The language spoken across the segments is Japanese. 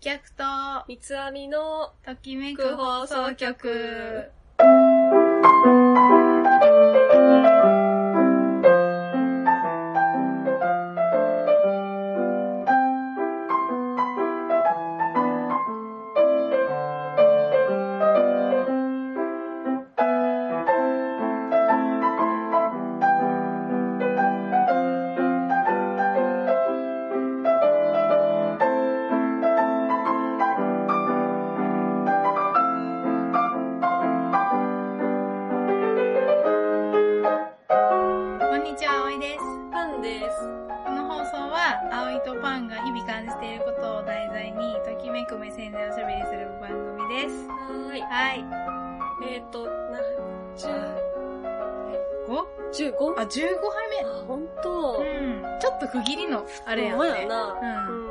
客と、三つ編みのときめく放送局。こんにちは、おいです。パンです。この放送は、葵とパンが日々感じていることを題材に、ときめく目線でおしゃべりする番組です。ははい。ーい。えっ、ー、と、な、十、 5? 十五あ、15あ、ほんと杯目。。うん。ちょっと区切りの、あれやほんまね。な。うん。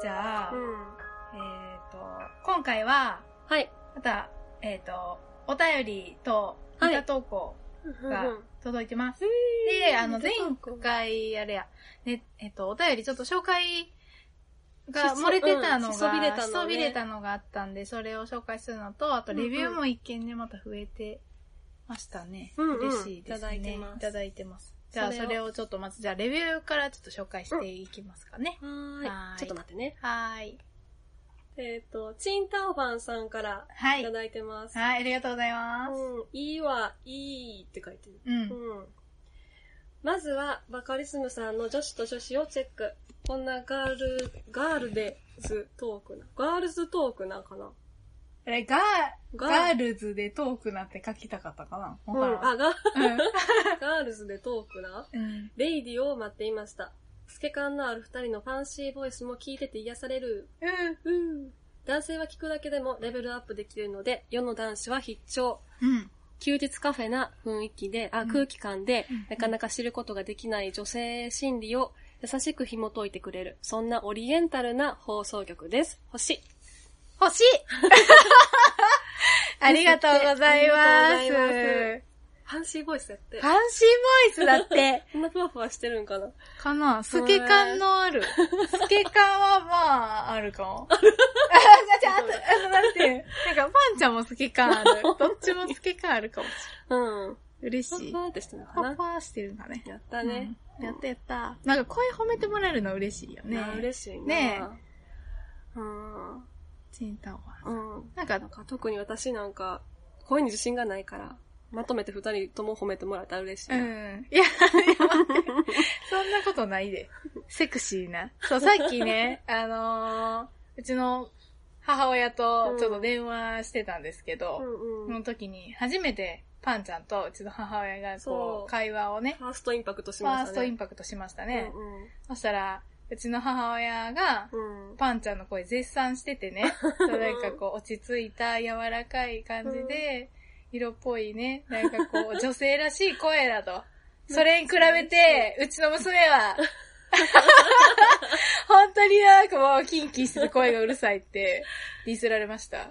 じゃあ、うん。うん。えっ、と、今回は、はい。また、えっ、と、お便りと、はい歌投稿が届いてます。で、あの、前回、あれや、ね、えっと、お便りちょっと紹介がしそ漏れてたのが、うんしそびれたのねしそびれたのがあったんで、それを紹介するのと、あと、レビューも一見ね、また増えてましたね。うんうん嬉しいですね。いただいてますいただいてます。じゃあ、それをそれをちょっとまず、じゃあ、レビューからちょっと紹介していきますかね。はーい。はーいちょっと待ってね。はーい。えっ、ー、と、チンタオファンさんからはいたい。だいてます。はい、ありがとうございます。うん。いいわ、いいって書いてる。うん。うん。まずは、バカリズムさんの女子と女子をチェック。こんなガール、ガールデズトークな。ガールズトークなかな。あれ、ガー、ガーガールズでトークなって書きたかったかなうわん。かあ、ガらん。ガールズでトークな。うん。うん。レイディを待っていました。透け感のある二人のファンシーボイスも聞いてて癒される。うんうー男性は聞くだけでもレベルアップできるので、世の男子は必聴。うん。休日カフェな雰囲気で、あ、うん空気感でうん、なかなか知ることができない女性心理を優しく紐解いてくれる、そんなオリエンタルな放送局です。星。 欲しいありがとうございまあす。りがとうございファンシーボイスやってフ。ァンシーボイスだって。こんなふわふわしてるんかな。 かな透け感のある。透け感はまあ、あるか も。ある。じゃあ、あと、あとだって、なんか、パンちゃんも透け感あ る。どっちも透け感あるかもしうん。れない。嬉ふわしい。ふパわってしてるのかパな。ーしてるんだね。やったね。うんやったやった。なんか声褒めてもらえるの嬉しいよね。ね嬉しいな。ねうん。チンタオは。うん。なんかなん、か特に私なんか、声に自信がないから、まとめて二人とも褒めてもらえたら嬉しいうな。ん。いや、いやそんなことないで。セクシーな。そう、さっき ね、あのーうちの母親とちょっと電話してたんですけど、うんそうん。の時に初めてパンちゃんとうちの母親がそこうう、会話をね、ファーストインパクトしフまァしたね。ーストインパクトしましたね。うんそしたら、うちの母親が、うん。うん。パンちゃんの声絶賛してて ね、そうなんかこう落ち着いた柔らかい感じで、色っぽいね、なんかこ う女性らしい声だと。それに比べて、うちの娘 は、本当になんかもうキンキンしてて声がうるさいって、ディスられました。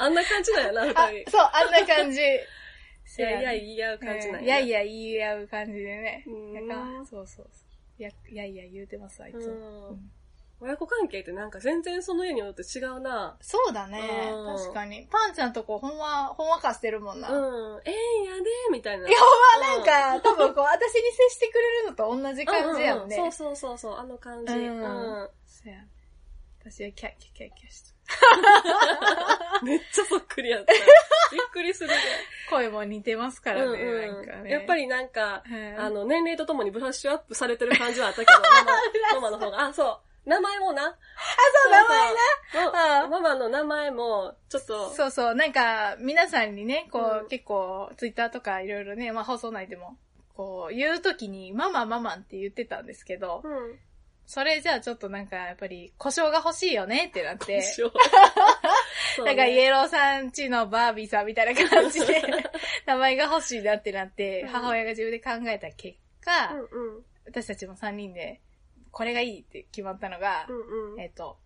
あんな感じだよな、二あ、人。そう、あんな感じ。 いやいや言い合う感じなんうんいやいや言い合う感じでねう。んなんか、そうそうそう。いや、いやいや言うてます、あいうつも。うんん。親子関係ってなんか全然その家によって違うな。そうだねうん。確かに。パンちゃんとこほんわ、ほんわかしてるもんうな。ん。ええんやで、みたいな。いやなんか、多分こう、私に接してくれるのと同じうん、感じやんね。うんうんそうそうそうそう、あの感じ。ううんん。そうやね私はキャッキャッキャッキャして めっちゃそっくりやった。びっくりするね。声も似てますからね、なんかね。やっぱり、りなんか、うんあの、年齢とともにブラッシュアップされてる感じはあったけ ど、ママママの方が、あ、そう、名前もな。あ、そう、名前うんママの名前も、ちょっと、そうそう、なんか、皆さんにね、こう、うん結構、ツイッターとかいろいろね、まあ放送内でも、こう、言うときに、ママママンって言ってたんですけど、うん。それじゃあちょっとなんか、やっぱり、故障が欲しいよねってなって、しよ う。そうなねんか、イエローさんちのバービーさんみたいな感じ で、名前が欲しいなってなってうん、母親が自分で考えた結果、うんうん。私たちも3人で、これがいいって決まったのが、うんうんえ。っと、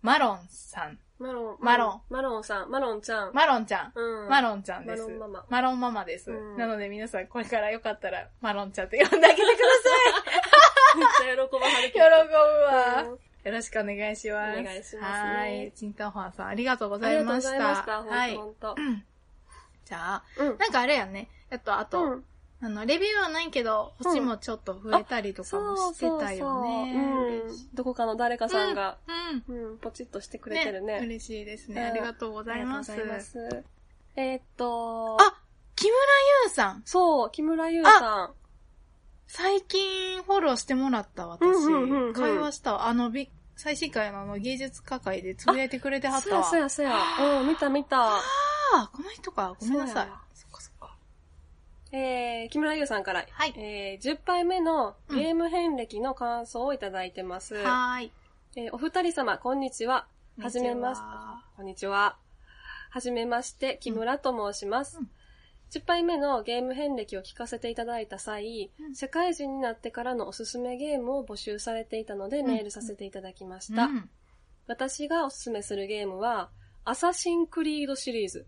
マロンさん。マロン。マロン。マロンさん。マロンちゃん。マロンちゃん。うん。マロンちゃんです。マロンママママです。うんなので皆さんこれからよかった ら、マロンちゃんって呼んであげてください。めっちゃ喜ばはる喜ぶわ。うんよろしくお願いします。お願いしますねはい。チンタンホアンさん、ありがとうごあざりいがとうまごした。ざいました。は本い当。本当。じゃあ、うんなんかあれやね。えっと、あと、うんあの、レビューはないけど、うん星もちょっと増えたりとかもしてたよね。そうそうそううんどこかの誰かさんが、うん。うん、ポチッとしてくれてるね。嬉しいですね。うんありがとうございます。ありがとうございますえーっと、あ木村優さん、そう、木村優さん。最近フォローしてもらった私。うんうんうんうん会話したわあの、び最新回のあの芸術家会でつぶやいてくれてはっそたやわ。そやそや。うん、見た見た。ああ、この人か。ごめんなさいそうやわ。そっかそっか。えー、木村優さんから、はいえー、10杯目のうんゲーム遍歴の感想をいただいてます。はーい。ええーお二人様、こんにちは。こんはにちじはめまして。あこんにちは。はじめまして、木村と申します。うん10杯目のゲーム遍歴を聞かせていただいた際、うん世界中になってからのおすすめゲームを募集されていたのでうんメールさせていただきました。うん私がおすすめするゲームは、アサシンクリードシリーズ。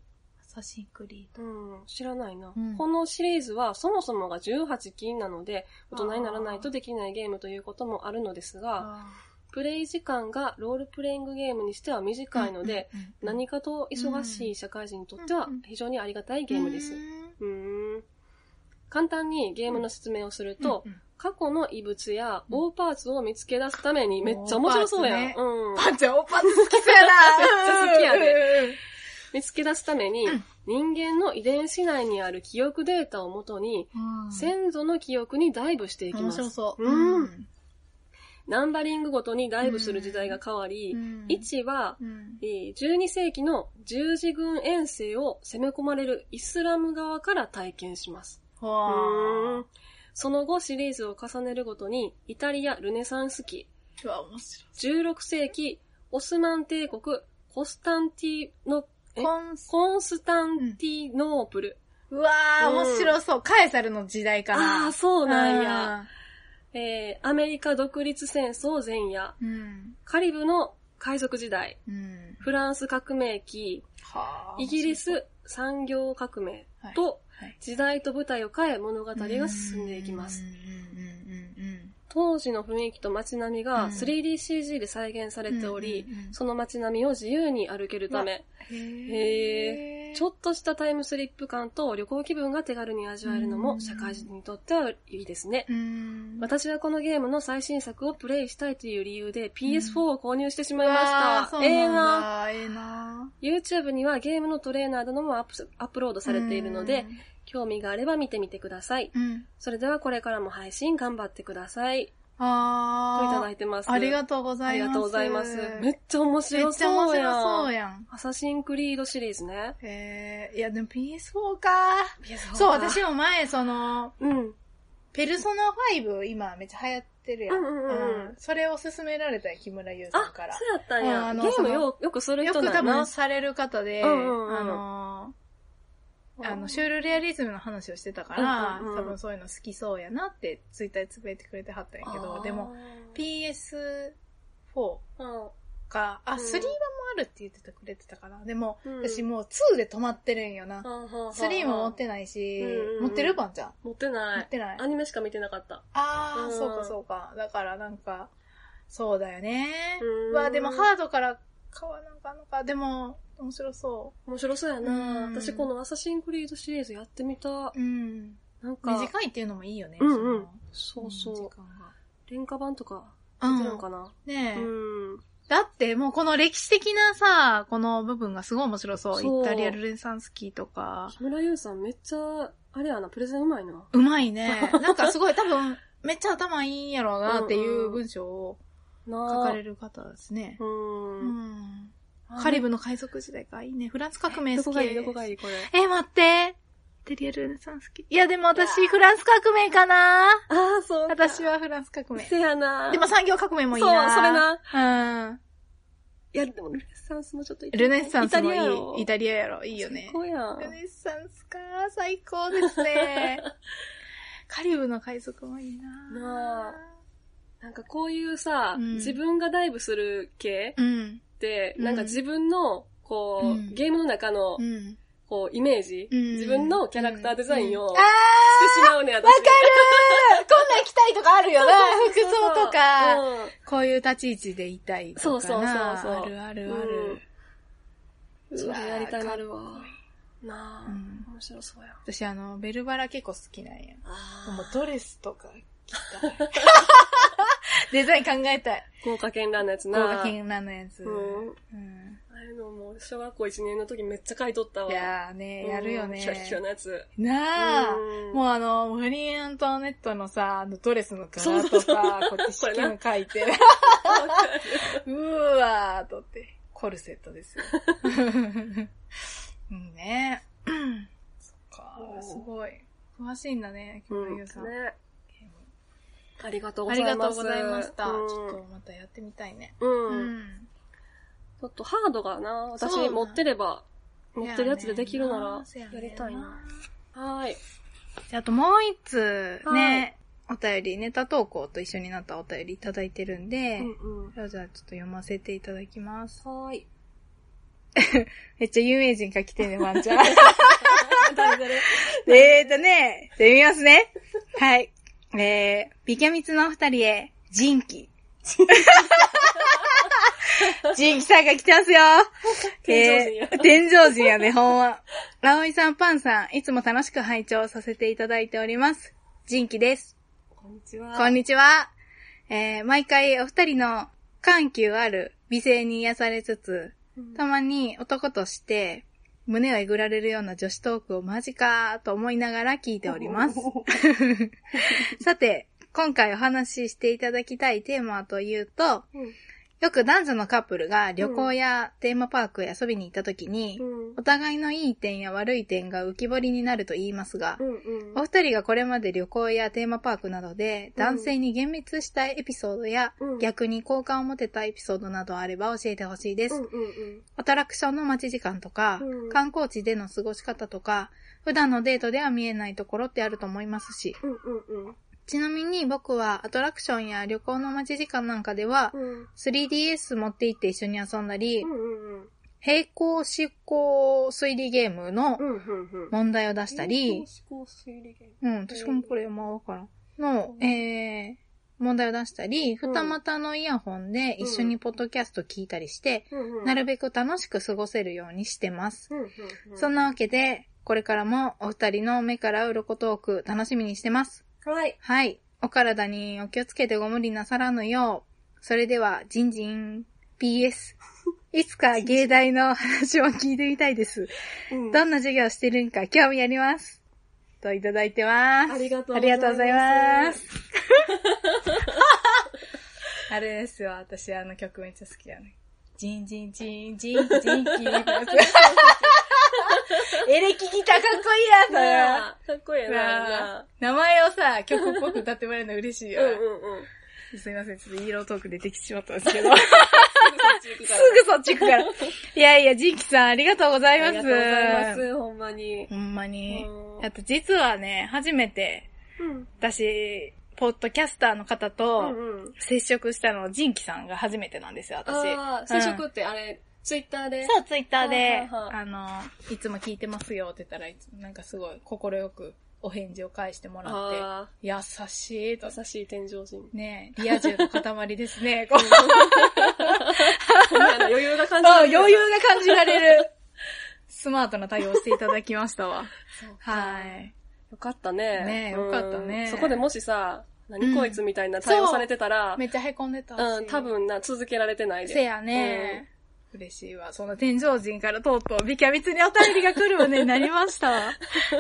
アサシンクリード。うん、知らないな、うんこのシリーズはそもそもが18禁なので、大あー人にならないとできないゲームということもあるのですが、あプレイ時間がロールプレイングゲームにしてはー短いので、、何かと忙しい社会人にとってはうん非常にありがたいうんゲうーんムです。うーん簡単にゲームの説明をするうんと、うんうん過去の異物や大パーツを見つけ出すためにめっちゃ面白そうやん。大パーツねうんパンちゃん、おパンツ好きそうやな めっちゃ好きやで。見つけ出すために、人間の遺伝子内にある記憶データをもとに、うん先祖の記憶にダイブしていき面ます。白そう。うんん。ナンバリングごとにダイブする時代が変わり、1は、うんえー12世紀の十字軍遠征を攻め込まれるイスラム側から体験します。うーはんその後シリーズを重ねるごとに、イタリアルネサンス期、ぁ。うわ、面白16世紀オスマン帝国コスタンティノ、えい。コンスコンスタンティノープル。うわぁ、うん面白そう。カエサルの時代かな。ああ、そうなんや。えーアメリカ独立戦争前夜、うん。カリブの海賊時代、うん。うん。フランス革命期、はぁイギリ。ス産業革命とはい時代と舞台を変え物語が進んでいきますう。んうんうんうんうん。当時の雰囲気と街並みうがん 3DCG で再現されておりうんうんう、んその街並みを自由に歩けるため、へちょっっとしたタイムスリップ感と旅行気分が手軽に味わえるのうもん社会人にとってはいいですね。と、うん。私はこのゲームの最新作をプレイしたいという理由で PS4 を購入してしまいまわしーた。そうええなな。んだ。ええな YouTube にはゲームのトレーナーなどもアップアップロードされているので、、興味があれば見てみてください。うんうん。それではこれからも配信頑張ってください。といたあだいてます。あ。ありがとうございます。ありがとうございます。めっちゃ面めっ白ちゃ面そうや白ん。そうやん。アサシンクリードシリーズね。えー、いや、でも PS4 か。そう、私。も前、その、うん。うんペルソナ5、今めっちゃ流行ってるやん。うんうんうんそれを勧められたよ、木村優さあん、から。そうやったんや。あのゲームそのよよくするよ人くな多んや分な。される方で、うんうんうんあのー、あの、シュールレアリズムの話をしてたから、うんうんうん多分そういうの好きそうやなって、ツイッターでつぶやいてくれてはったんやけど、でも、、PS4 うん、か、あ、うん3版もあるって言っててくれてたかな。でも、うん私もう2で止まってるんよな。3も持ってない。ないし、うんうん持ってるばんちゃん。持ってな持い。ってない。アニメしか見てなかった。ああ、うんそうかそうか。だからなんか、そうだよね。ううんわ、でもハードから買わなあかんのか。でも、面白そ面白そうやな。うん私このアサシンクリードシリーズやってみた。う。うん。なんか、短いっていうのもいいよね。うんうんそのそうそう。時間が。廉価版とか、う出んてるのかな。ねえ、うん。だってもうこの歴史的なさ、この部分がすごい面白そう。そうイタリアルレンサンスキーとか。木村優さんめっちゃ、あれやな、プレゼンうまいな。うまい ね。なんかすごい多分、めっちゃ頭いいんやろうなっていう文章をな書あかれる方ですね。う。うんん。カリブの海賊時代か。いいね。フランス革命好き。どこがいいどこがいいこれ。え、待って。テリアルネサンス好き。いや、でも私、フランス革命かなああ、そう。私。はフランス革命。せやな。でも産業革命もいいそう、な。それな。な。いや、でもルネサンスもちょっとイタリルアネッサンスもやろいい。イタリアやろ。いいよね最。高やルん。ネッサンスか。最高です ね。カリブの海賊もいいな。なあなんかこういうさ、うん自分がダイブする系うん。って、うんなんか自分の、こう、うんゲームの中のう、ん。こう、イメージ、うん自分のキャラクターデザインあをーしてしまうね、私。わわかるこんなん着たいとかあるよな、服装とか。うんこういう立ち位置でいたいとかな。そうそうそうそうあるあるある。うんうそわーれやりたいな。かっこいいなあ、うん面白そうやん。私あの、ベルバラ結構好きなんや。もうあドレスとか着たい。 デザイン考えたい。豪華絢爛なやつ豪な。華絢爛のやつ。うんうんああいうのも、小学校1年の時めっちゃ買い取ったわ。いやーね、やるようねんキ。ャッキャのやつ。なあうんもうあの、フリーアントワネットのさ、あのドレスのそう柄そうとそうか、こうやって式の書い て、うーわーとって、コルセットですよ。 うんねそっかお、ーすごい。詳しいんだね、今日ゆうさん。ね。ゲームありがとうごあざいります。がとうございました。ちうょんっとまたやってみたいね。うんうんちょっとハードがな、私そう持ってれば、持ってるやつでできるなら、せねやりたいな。。はーい。であともう一つね、お便り、ネタ投稿と一緒になったお便りいただいてるんで、うんうんじゃあちょっと読ませていただきます。は ーい。めっちゃ有名人が来てね、ワンち ゃん。誰誰えーとね、じゃあ読みますね。はい。えー、ビキャミツのお二人へ、ジン キ。ジンキさんが来てますよ。天井人やえー天井人やね、ほんま。ラオイさん、パンさん、いつも楽しく拝聴させていただいております。ジンキです。こんにちは。こんにちは。えー、毎回お二人の緩急ある美声に癒されつつ、うんたまに男として、胸をえぐられるような女子トークをマジかーと思いながら聞いております。さて、今回お話ししていただきたいテーマというと、うんよく男女のカップルが旅行やテーマパークへ遊びに行った時に、うんお互いのいい点や悪い点が浮き彫りになると言いますが、うんうんお二人がこれまで旅行やテーマパークなどで男性に厳密したエピソードや、うん逆に好感を持てたエピソードなどあれば教えてほしいです。うんうんアトラクションの待ち時間とか、うん観光地での過ごし方とか、普段のデートでは見えないところってあると思いますし、うんうんうんちなみに僕はアトラクションや旅行の待ち時間なんかでは、うん 3DS 持って行って一緒に遊んだり、うんうん平行執行推理ゲームのうんうんうん問題を出したり、思考推理ゲームうん、私もこれまあわからん。の、うんえー、問題を出したり、うん二股のイヤホンで一緒にポッドキャスト聞いたりして、うんうんなるべく楽しく過ごせるようにしてます。うんうんうんそんなわけで、これからもお二人の目から鱗トーク楽しみにしてます。はい。はい。お体にお気をつけてご無理なさらぬよう。それでは、じんじん。PS。い つか芸大の話を聞いてみたいです。うんどんな授業してるんか興味あります。といただいてます。 ありがとうあございりますがとうござい ます。あれですよ、私あの曲めっちゃ好きやね。ジンジンジンジンジンキーってやつエレキギターかっこいいやなあかっこいいつななあ名前をさ、曲っぽく歌ってもらえるの嬉しいような。んうんうん。すいません、ちょっとイーロートークでできてしまったんですけど。すぐすぐそっち行くから。いやいや、ジンキさんありがとうござあいます。りがとうございます、ほんまに。ほんまに。うんあと実はね、初めて、うん。私、ポッドキャスターの方うとんうん。接触したの、ジンキさんが初めてなんですよ、私。ああ、接う触んってあれ、ツイッターで。そう、ツイッターで、はあはああの、いつも聞いてますよって言ったら、いつなんかすごい心よくお返事を返してもらっあて、優しいとあ、。優しい天井人。ねえリア充の塊です ね。こうそんなの余裕が感じ あられ余る。裕が感じられる。 スマートな対応していただきましたわ。そうかはい。よかったね。ねえうんよかったねそこでもしさ、うん何こいつみたいな対応されてたら、めっちゃ凹んでたし。うん、多分な、続けられてないで。せやね、嬉しいわ。その天井人からとうとう、ビキャビツにお便りが来るようになりましたわ。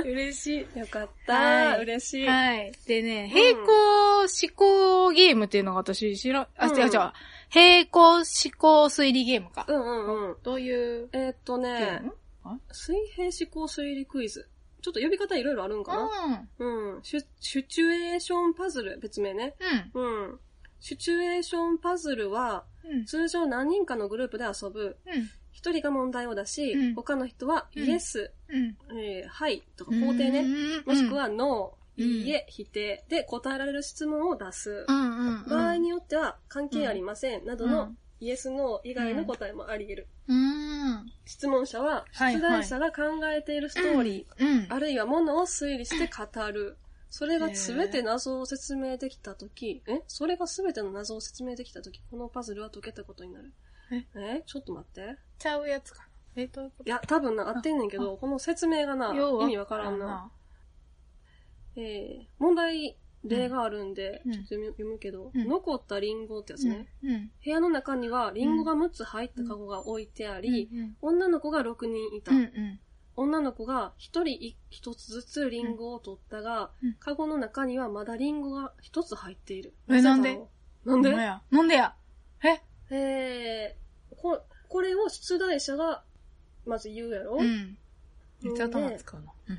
嬉しよかっはた。い嬉しい。い。はい。でね、平行思考ゲームっていうのが私知ら、あ、うん違う違う。平行思考推理ゲームかう。んうんうん。どういうえーっとゲーね、ム水平思考推理クイズ。ちょっと呼び方いろいろあるんかなうん。うん。シュ、シチュエーションパズル、別名ね。うん。うん。シチュエーションパズルは、うん。通常何人かのグループで遊ぶ。一人が問題を出し、うん他の人は、うんイエス、うん。えーはいとかうん。肯定ね。うんもしく、は、ノうー、んいいえ、否定で答えられる質問を出すう。んうんうん。場合によっては、関係ありません、などうのんイエス、ノー以外の答えもあり得る。うーん。質問者は、はい出題者が考えているストーリうー、ん。あるいはものを推理して語る。それが全て謎を説明できたとき、えそれが全ての謎を説明できたとき、このパズルは解けたことになる。ええちょっと待って。ちゃうやつかな。え、どういうこいや、多分な、合ってんねんけど、この説明がな、と意味わからんな。。えー、問題例があるんで、うんちょっと読み読むけど、うん残ったリンゴってやつうね、ん。うん。部屋の中にはリンゴが6つ入ったカゴが置いてあり、うん。女の子が6人いた。うん。うん。女の子が1人1つずつリンゴを取ったが、うんカゴの中にはまだリンゴが1つ入っている。えなんでぜだろうなんほんまでやなんでやええー、ここれを出題者がまず言うやろ、うん。めっちゃ頭使うな。うん。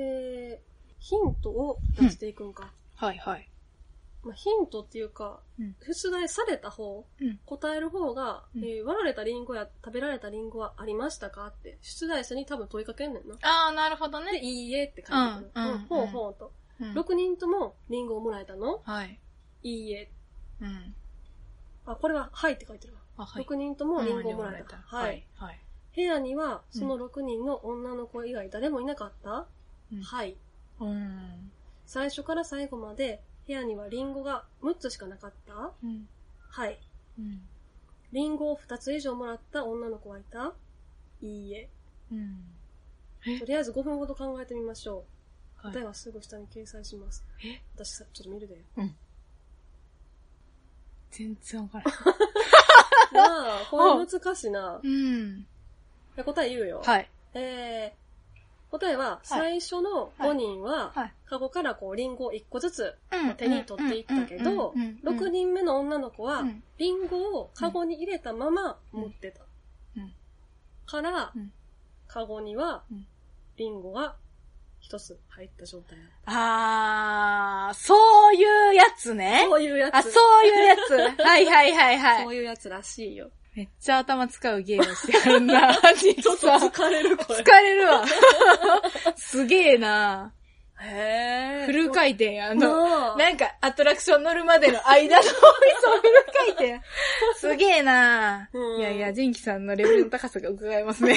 えー、ヒントを出していくんか。はいはい。まあ、ヒントっていうか、うん出題された方、うん答える方が、うんえー割られたリンゴや食べられたリンゴはありましたかって、出題者に多分問いかけんねんな。ああ、なるほどで、ね。いいえって書いてくうる。んうんほうほうと。うん6人ともリンゴをもらえたのはい。いいえ。うん。あ、これは、はいって書いてるあ、わ。はい。 6人ともリンゴをもらえた。はい。はい。はい。部屋には、その6人の女の子以外誰もいなかった、うんはい。うん。最初から最後まで、部屋にはリンゴが6つしかなかったうん。はい。うん。リンゴを2つ以上もらった女の子はいたいいえ。うん。とりあえず5分ほど考えてみましょう。はい答えはすぐ下に掲載します。え私さ、ちょっと見 るで。全然わからん。なあ、これ難しいな。うん。いや答え言うよ。はい。えー、答えは、最初の5人は、はい。カゴからこう、リンゴを1個ずつうん手に取っていったけど、6人目の女の子は、うんリンゴをカゴに入れたまま持ってた。うんからうん、カゴにはうん、リンゴが1つ入った状態。あー、そういうやつね。そういうやつ。あ、そういうやつ。はいはいはいそはうい。いうやつらしいよ。めっちゃ頭使うゲームしてるな、兄ちょっと さん。疲れる、これ疲。れるわ。 すげえな。へフル回転や。あの、なあなんかアトラクション乗るまでの間のそうフル回転 や。すげえな。うんいやいや、ジェンキさんのレベルの高さが伺えます ね。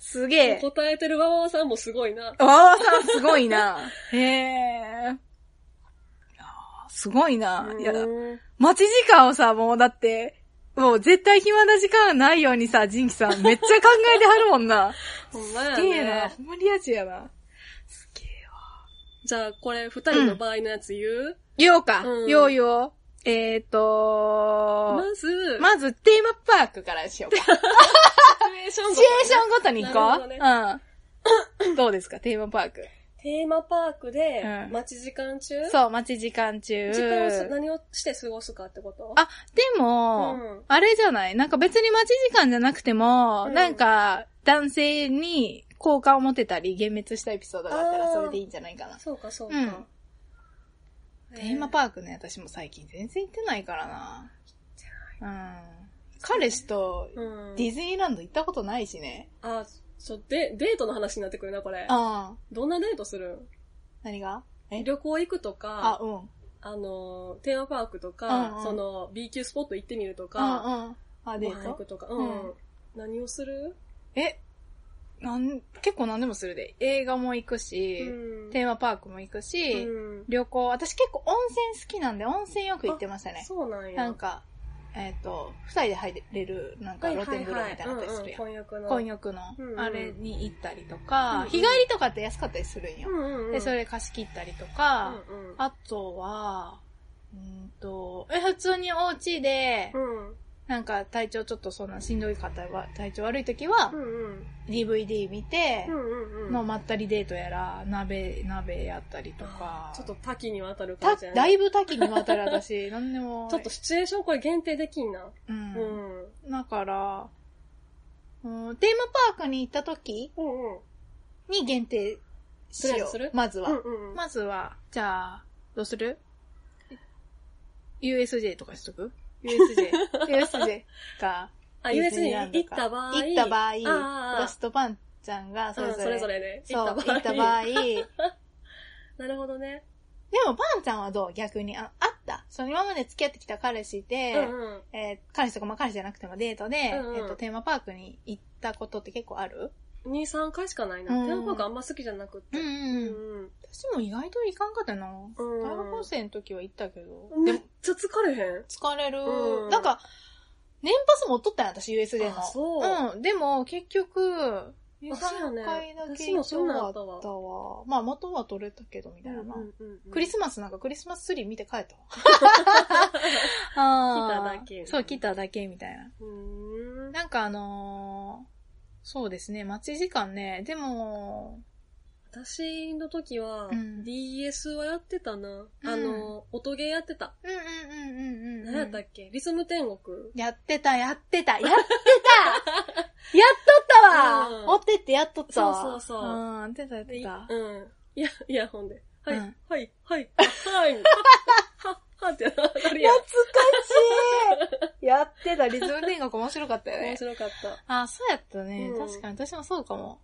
すげえ。答えてるワワワさんもすごいな。わわさんすごい な。へえ。いやーすごいな。いや、うん待ち時間をさ、もうだって、もう絶対暇な時間ないようにさ、ジンキさんめっちゃ考えてはるもん な。ほんまやすげえな。ね。ほんまリア充やな。すげえわ。じゃあ、これ、二人の場合のやつ言う、言おうか。うん言おう言おう。えーと まず、まずテーマパークからしよう か。シチュエシチュエーションーションごとに行こう。うん。 どうですか、テーマパーク。テーマパークでう、ん待ち時間中、そう、待ち時間中。時間をす何をして過ごすかってことあ、でも、うんあれじゃないなんか別に待ち時間じゃなくても、うんなんか男性に好感を持てたり、幻滅したエピソードがあったあーらそれでいいんじゃないかな。そうか、そうか。うんえテーマパークね、私も最近全然行ってないからな。うん。彼氏とうん。ディズニーランド行ったことないしね。あ、そう、で、デートの話になってくるな、これ。うん。どんなデートするん何がえ旅行行くとあか、、うん。うんあの、テーマパークとか、うんうんその、B 級スポット行ってみるとか、うん。あ、ごデ飯ー行トくとか、うん。うん何をするえ、なん、結構何でもするで。映画も行くし、うんテーマパークも行くし、うん旅行、私結構温泉好きなんで、温泉よく行ってましたね。そうなんや。なんか、えっ、と、二人で入れる、なんかはいは露いはい、天風呂みたいなのあったりするやん。うんうん、婚約の。混浴のうんう、んあれに行ったりとか、うん日帰りとかって安かったりするんよ。うんうんうん。で、それ貸し切ったりとか、うんうん、あとは、うーんと、え、普通にお家で、うん。なんか体調ちょっとそんなしんどい方は、体調悪い時はう、んうん。 DVD 見てう、んうんうん。のまったりデートやら、鍋、鍋やったりとかちょっ、と多岐にわたるた感じやねだいぶ多岐にわたる 私、なんでも。ちょっと、シチュエーションこれ限定できんな。う。うんん。うんだから、うん、テーマパークに行った時うん。に限定しとりあえよずするう。まずは、うんうん。まずは、じゃあ、どうする ?USJ とかしと く ?USJ。USJ か。あ、ディズ US ニにーランド行っかた場合。行った場合、あ私とパンちゃんがあ、それぞれ。うんそれぞれね。そう、行った場合。でなるほどね。もパンちゃんはどう逆に。あ、会っった。その今まで付き合ってきた彼氏で、うんうん。えー彼氏とか、まあ、彼氏じゃなくてもデートで、うんうんえっと、テーマパークに行ったことって結構ある2、3回しかないな。うんテーマパークあんま好きじゃなくって。んうん私も意外といかんかったな。うん大学高生の時は行ったけど。うん。でめっも、ちゃ疲れへん。疲れる。うんなんか、年パス持っとったんや、私、USJ の。。あそうん。でも、結局、2、あそうよね3回だけ私もそんなんあっったたわわ。まあ、元は取れたけど、みたいなな。ククリリススマスなんかクリスマスツリー見て帰ったわ。 来あたーだけそう、来ただけみたいな。うーん。なんかあのーそうですね、待ち時間ね。でも、私の時はうん DS はやってたな。んあの、音ゲーやってた。うんうんうんうんうん。何やったっけリズム天国やってた、やってた、やってた やっとったわ、うん持ってってやっとったわ、そうそうそうんやってた、やっでてた。うん。いや、イヤホンで。はい、うんはい、はい、はい。は、はってなるやん。懐かしいやってた、リズム天国面白かったよ面ね。白かった。あ、そうやったね、うん確かに、私もそうかも。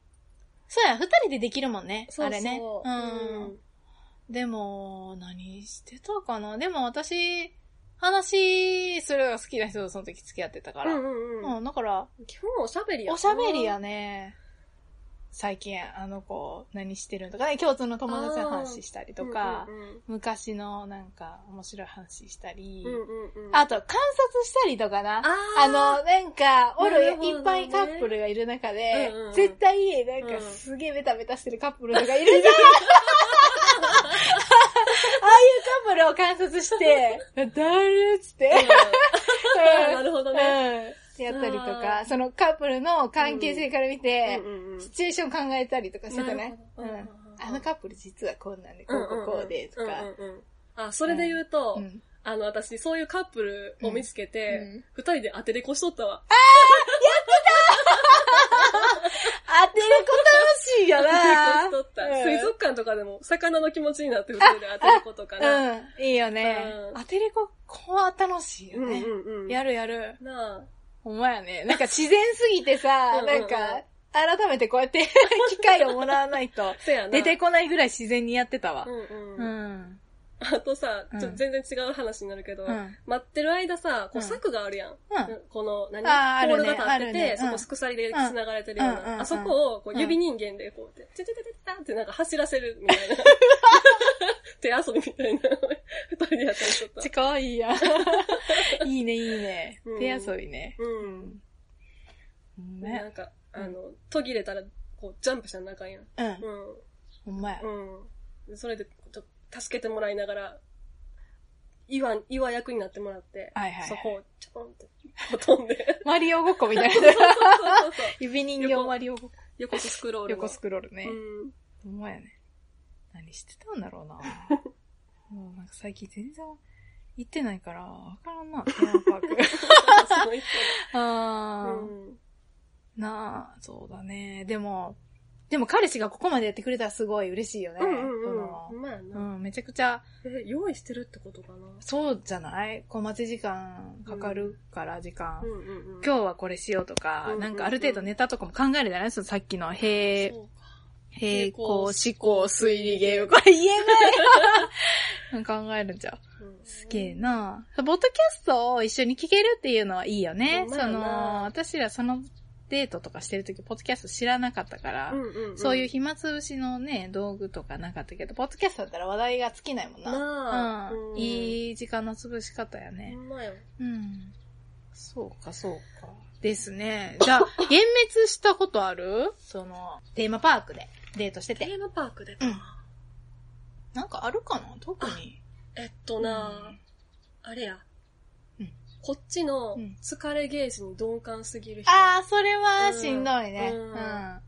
そうや、二人でできるもんね。そうそうあれね。うん。でも、何してたかなでも私、話するのが好きな人とその時付き合ってたかうら。んうんううん、だから、ん。基本おしゃべりやなおしゃべりやね。最近、あの子、何してるのとか、ね、共通の友達の話したりとか、うんうん昔のなんか面白い話したり、うんうんうんうん。あと観察したりとかな。あーあの、なんか、おるなるほどねいっぱいカップルがいる中で、うんうん絶対、なんうかんすげえベタベタしてるカップルとかいるじゃ んああいうカップルを観察して、誰っつって、うんなるほどうん、ね。やったりとか、そのカップルの関係性から見て、うんうんうんシチュエーション考えたりとかしてたね。うなるほどんうんあのカップル実はこんなんで、こうこうこうで、とか。うんうんうんあ、それで言うと、うんあの、私、そういうカップルを見つけうんうんて、二、人で当てれこしとったわ。当てるこ楽しいよな当てれこし とった、うん水族館とかでも、魚の気持ちになって二人で当てることかな。うん、いいよね。うん当てれこ、こは楽しいようんね。うんうん。やるやる。なあ。ほんまやね。なんか自然すぎてさ、うんうんなうんんか、改めてこうやって 機会をもらわないと、せやな。出てこないぐらい自然にやってたわう。うんうん。ん。あとさ、ちょうん全然違う話になるけど、うん待ってる間さ、こうんう柵があるやん。うんこの、何あーあポるールねが立ってて、あるねそこうん鎖で繋がれてるような。うんうんうんあそこをこう指人間でこうやって、チャチャチャチャチャってなんか走らせるみた いな。手遊びみたいな。二人でやったりしとったちょ。かわいいや。 いいね、いいねう。ん手遊びね。うん。ほんまやなんか、あの、途切れたら、こう、ジャンプしたらなあかんやん。う。うんん。ほんまや。うん。それで、ちょっと、助けてもらいながら、岩、岩役になってもらって、はいはいはいそこを、ちょこんって、ほとんで、マリオごっこみたいな。そうそうそう指人形マリオごっこ。 横スクロールの。横スクロールね。うん。ほんまやね。何してたんだ ろうな。もうなんか最近全然行ってないから、わから んな、テーマパーク。すごい人だあー、うん。なあ、そうだね。でも、でも彼氏がここまでやってくれたらすごい嬉しいよ ね。うんうんうん。そのまあやうな。ん、めちゃくちゃ、え、用意してるってことかな。そうじゃないこう待ち時間かかるから、時間。うんうんうん。今日はこれしようとか、うんうんうんなんかある程度ネタとかも考えるじゃないそのさっきの、へそうか平行平行思考推理ゲーム。これ言え ない考えるんじゃん。うんすげえなポッドキャストを一緒に聞けるっていうのはいいよね。ほんまそやなの、私らそのデートとかしてるとき、ポッドキャスト知らなかったから、うんうんん。そういう暇つぶしのね、道具とかなかったけど、ポッドキャストだったら話題が尽きないもんな。なあ。うん、うんいい時間の潰し方やほね。んまよ。うん。そうか、そうか。ですね。じゃ あ、幻滅したことあるその、テーマパークでデートしてテて。ーマパークでか。なんかあるかな特に。えっとな、あれやうん。こっちのうん疲れゲージに鈍感すぎる人。ああ、それはしんどいね。う。うんんあ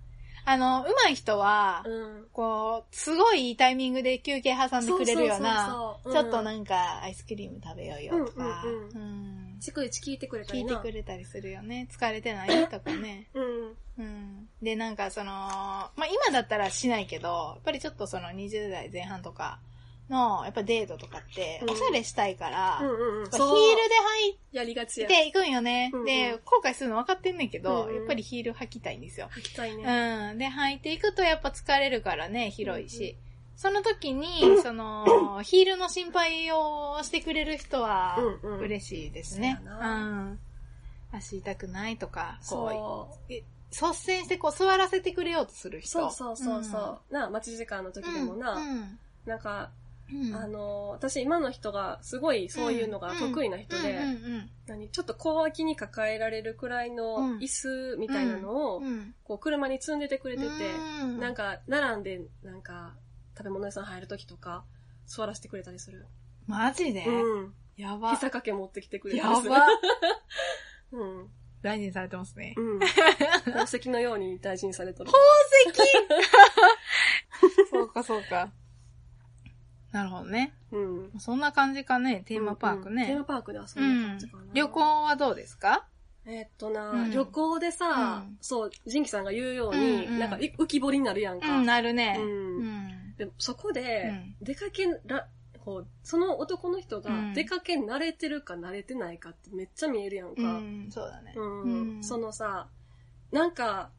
の、上手い人は、うん。こう、すごいいいタイミングで休憩挟んでくれるような、そちうそうそうそうょっとなんかアイスクリーム食べようよとか、うんうんううん逐一聞いてくれた聞りいなてくれたりするよね。疲れてないとかね。うんうん。で、なんかその、まあ、今だったらしないけど、やっぱりちょっとその20代前半とかの、やっぱデートとかってう、んおしゃれしたいから、うやっんうんうんぱヒそうールで履いやりがちやていくんよね。うんうんで、後悔するの分かってんねんけど、うんうんやっぱりヒール履きたいんですよ。履きたいねうん。で、履いていくとやっぱ疲れるからね、広いし。その時 に、その、ヒールの心配をしてくれる人はうんうん、嬉しいですね。そううんやな足痛くないとか、こ、そう率先してこう座らせてくれようとするう。人。そうそうそうそう。な、待ち時間の時うん。でもな、うん。なんか、うんあの、私今の人がすごいそういうのが得意な人で、うんうん何ちょっと小脇に抱えられるくらいの椅子みたいなのを、うんうん。こう車に積んでてくれてて、うんなんか並んで、なんか食べ物屋さん入る時とか、座らせてくれたりする。マジでうん。や膝ば。掛け持ってきてくれやたりする。ば。 うん。大事にされてますね。うん。宝石のように大事にされ とる。宝 石そうか、そうか。なるほどね。うん。そんな感じかね、テーマパークうんテーねマ。パークで遊うんだん感じかな。。旅行はどうですかえっとな、うん旅行でさ、うんそう、ジンキさんが言うように、うんうんなんかい浮き彫りになるやんうか。ん、なるね。うんうん。でそこでうん、出かけら、こう、その男の人がうん出かけ慣れてるか慣れてないかってめっちゃ見えるやんうか。ん、そうだねう。ん。うんそのさ、なんか、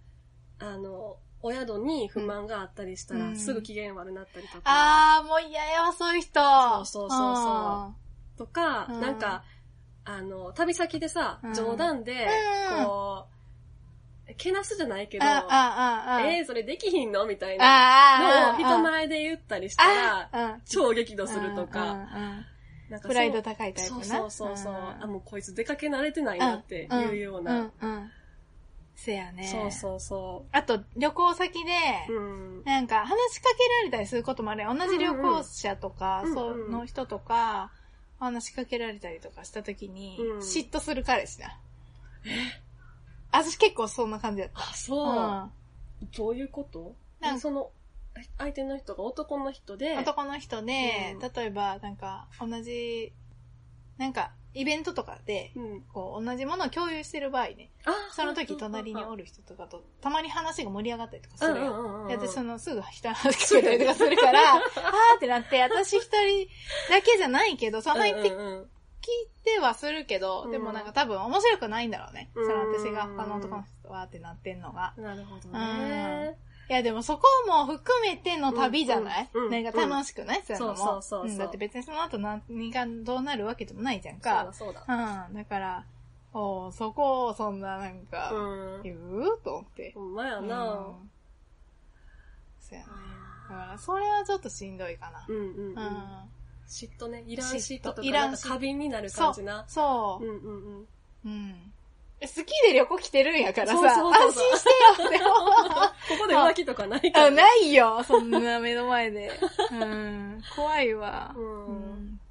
あの、お宿に不満があったりしたら、うんすぐ機嫌悪になったりとか、あー、もう嫌やわ、そういう人。うそうそうそうとか、うんなんか、あの、旅先でさうん、冗談で、うんこう、けなすじゃないけど、あ、あ、あ、あ。えー、それできひんのみたいなのあをー、人前で言ったりしたら、ら、超激怒とするとか、。うんうんうんなんかそうプライド高いタイプそな。うそうそうそう、んあ、もうこいつ出かけ慣れてないなっていうような、んんうんせやね。そうそうそあと、旅行先で、う。うん。なんか話しかけられたりすることもあるよ同じ旅行者とか、うんうんそうんうんの人とか、話しかけられたりとかした時に、うん嫉妬する彼氏な。私結構そんな感じだっあ、た。そう。どういうことなんかえその、え相手の人が男の人うで、ん男の人で、うん例えばなんか同じ、なんかイベントとかで、うん。こう同じものを共有してる場合ね、あその時隣におる。る人とかと、たまに話が盛り上がったりとかすうるんや。うんんうん。で私そのすぐ人の話しかけたりとかする から、あーってなって、私一人だけじゃないけど、その入ってうんうんうん聞いてはするけど、うんでもなんか多分面白くないんだろうね。うんその私が他の男の人とわーってなってんのが。なるほどね。いやでもそこも含めての旅じゃない、うんうんなんか楽しくない、そういうのも。そうそうそうそうんだって別にその後何がどうなるわけでもないじゃんそうかだ。そうだ。うん。だから、おーそこをそんななんか、うん。言うと思って。ほんまやうんな。そうやな。だから、それはちょっとしんどいかなう。んうんうん。う嫉妬ね。いらん嫉妬とか、いらんなんか過敏になる感じな。ん。そうんうん うん。う。うん。好きで旅行来てるんやからさ、そうそうそう安心してよっ ここで浮気とかないてあから。ないよ、そんな目の前で。うん。怖いわ。うんうん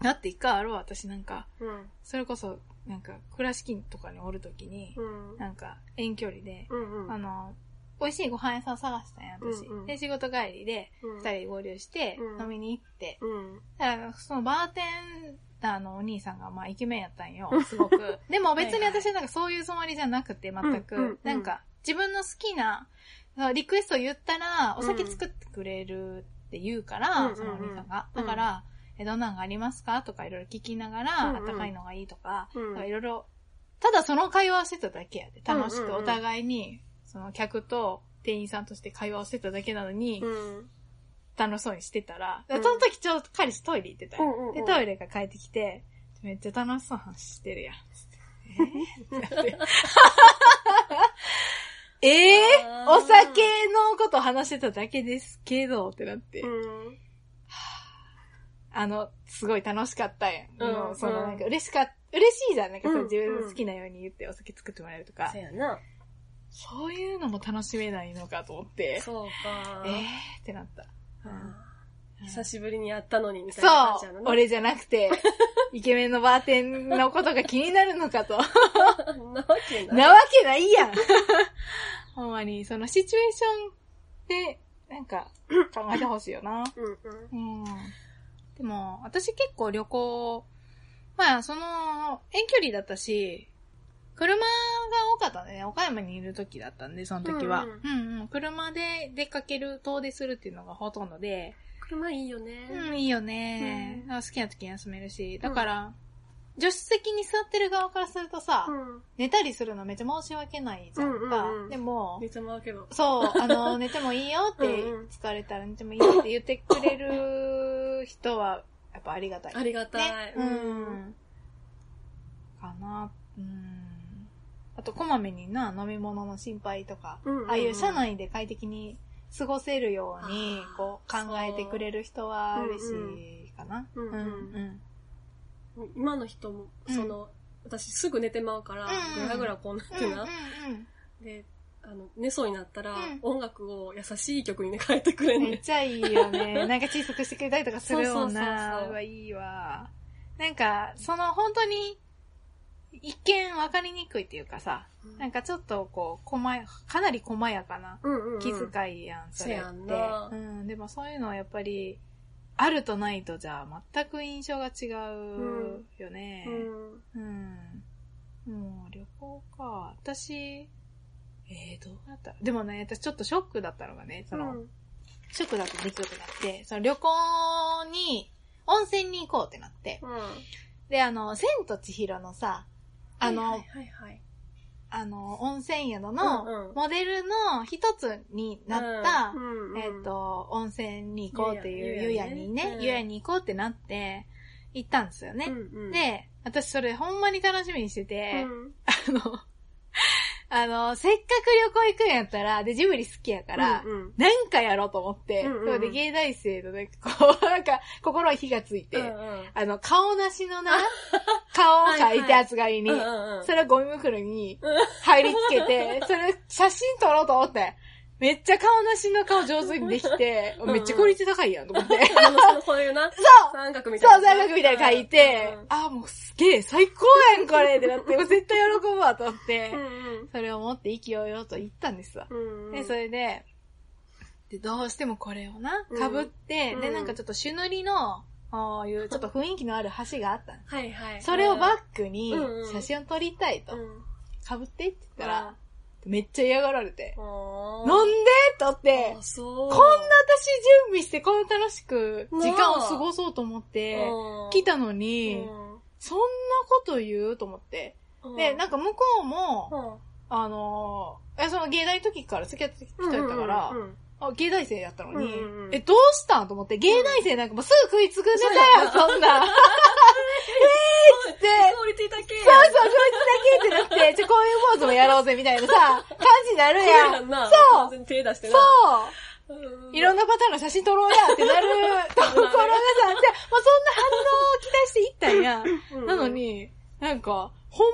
だって一回あるわ、私なんか。うん。それこそ、なんか、倉敷とかにおるときにう、ん。なんか、遠距離で、うんうん。あの、美味しいご飯屋さん探したんや、私。うんうんで、仕事帰りで、うん二人合流して、うん飲みに行って。うん。だから、そのバーテンダーのお兄さんが、まあ、イケメンやったんよ、すご く。でも別にはいはい私はなんかそういうつもりじゃなくて、全く。うんうんうんなんか、自分の好きな、そのリクエストを言ったら、おうん酒作ってくれるって言うから、うんうんうんそのお兄さんが。うんだから、え、どんなんがありますかとかいろいろ聞きながら、うんうんあったかいのがいいとか、うんなんかいろいろ、ただその会話をしてただけやで。楽しうんうんくうおん互いに、その客と店員さんとして会話をしてただけなのに、うん。楽しそうにしてたら、うんその時ちょうど彼氏トイレ行ってたよ、うんうんうんで、トイレが帰ってきて、めっちゃ楽しそうな話して るやん。えー、えあーお酒のこと話してただけですけど、ってなって。うん。あの、すごい楽しかったやん。うんもうそのうんなんか嬉しかっ嬉しいじゃん。なんかそのうん自分の好きなように言ってお酒作ってもらえるとかそ。やな。そういうのも楽しめないのかと思って。そうかえ。ーってなった。うん久しぶりに会ったのに、みたいそな感じやろうな。俺じゃなく て、イケメンのバーテンのことが気になるの かと。んなわけない。なわけないやんほんまに、そのシチュエーションで、なんか、考えてほしいよな。うんううん。ん。でも、私結構旅行、まあ、その、遠距離だったし、車が多かったんでね、岡山にいる時だったんで、その時は。ううん、うん、車で出かける、遠出するっていうのがほとんどで、車いいよね。うん、いいよねう、ん好きな時に休めるし、だから、助手席に座ってる側からするとさ、うん。寝たりするのめっちゃ申し訳ないじゃんか。うんうんうんでもめ、っちゃ回るけど。そう、あ の、寝てもいいよって、うんうん疲れたら寝てもいいよって言ってくれる人は、やっぱありがたい。ありがたい。ね、うん。かな、うん。あと、こまめにな、飲み物の心配とか、うんうんうんああいう車内で快適に過ごせるようにあ、ーこう、考えてくれる人は嬉しいかな。うんうんううんん今の人も、うんその、私すぐ寝てまうから、うんぐらぐらこうなってうんな。うんで、あの、寝そうになったら、うん音楽を優しい曲にね、変えてくれんめっね。ちゃいいよ ね。なんか小さくしてくれたりとかするような。そうそうそうそううわいいわ。なんか、その本当に、一見わかりにくいっていうかさ、なんかちょっとこう、こまや、かなり細やかなうんうんうん、気遣いやん、それって。せやんなうん、でもそういうのはやっぱり、あるとないとじゃあ全く印象が違うよね。うん。うん。もう旅行か。私、えー、どうだったでもね、私ちょっとショックだったのがね、その、うんショックだった出来事があって、その旅行に、温泉に行こうってなって。うん。で、あの、千と千尋のさ、あの、はいはいはい。あの、温泉宿うんうのんモデルの一つになった、うんうんえっ、と、温泉に行こうっていう、ゆゆややねにうね、んゆやに行こうってなって、行ったんですよね。うんうん、で、私それほんまに楽しみにしてうて、あん、の、あの、せっかく旅行行くんやったら、で、ジブリ好きやから、うんうんなんかやろうと思って、うんうんうんそうで、芸大生のなんかこう、なんか、心に火がついて、うんあの、顔なしのな、顔を描いてやつがいに、うんうんうんそれをゴミ袋にうん入りつけて、それ写真撮ろうと思って、めっちゃ顔なしの顔上手にできて、んうんめっちゃクオリティ高いやんと思って。あの、その、そういうな、そう三角みたいな。そう、大学みたいに書いて、あ、もうすげえ、最高やん、これってなって、もう絶対喜ぶわ、と思ってうん、うん。それを持って意気揚々と言ったんですわ。うんうん。で、それで、で、どうしてもこれをな、うんかぶって、うで、んなんかちょっと朱塗りの、こういうちょっと雰囲気のある橋があったのはいはい。それをバックにうんうん写真を撮りたいとう、ん。かぶってって言ったら、めっちゃ嫌がられて、おなんんでと思って、そう。こんな私準備してこんな楽しく時間を過ごそうと思って、来たのうに、んそんなこと言うと思って。うん。で、なんか向こうも、か、あのー、えその芸大の時から付き合ってきた人やったからうんう、んうんあ、芸大生やったのに、うんうんうんえ、どうしたんと思って、芸大生なんかもうすぐ食いつくネタやん、そんな。えーっつって、クオリティ高いそうそう、そいつだけってなって、じゃあこういうポーズもやろうぜ、みたいなさ、感じになるやん。やん。な。そう完全に手出してな。そううんいろんなパターンの写真撮ろうやってなるところがさ、じゃあもうそんな反応を期待していったんや。なの、に、なんか、ほんま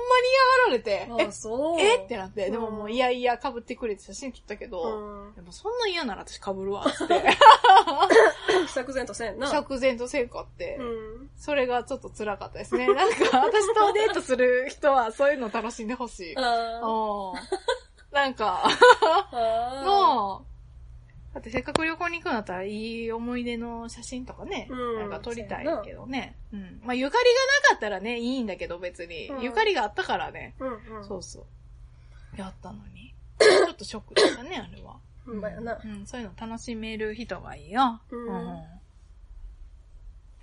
に嫌がうらんれあ、そう。て、ええってなって、でももううんいやいや被ってくれて写真撮ったけど、うんでもそんな嫌なら私被る わ、つって。釈然とせんな。 釈然とせんかってう。ん。それがちょっと辛かったですね。なんか、私とデートする人はそういうの楽しんでほしい。あうん。なんか、あ。もう、だってせっかく旅行に行くんだったらいい思い出の写真とかね、うんなんか撮りたいけどね。うん。まあ、ゆかりがなかったらね、いいんだけど別に。うんゆかりがあったからね。うんうん。そうそう。やったのに。ちょっとショックでしたね、あれは。ほんまやなう。ん、そういうの楽しめる人がいいよ。うん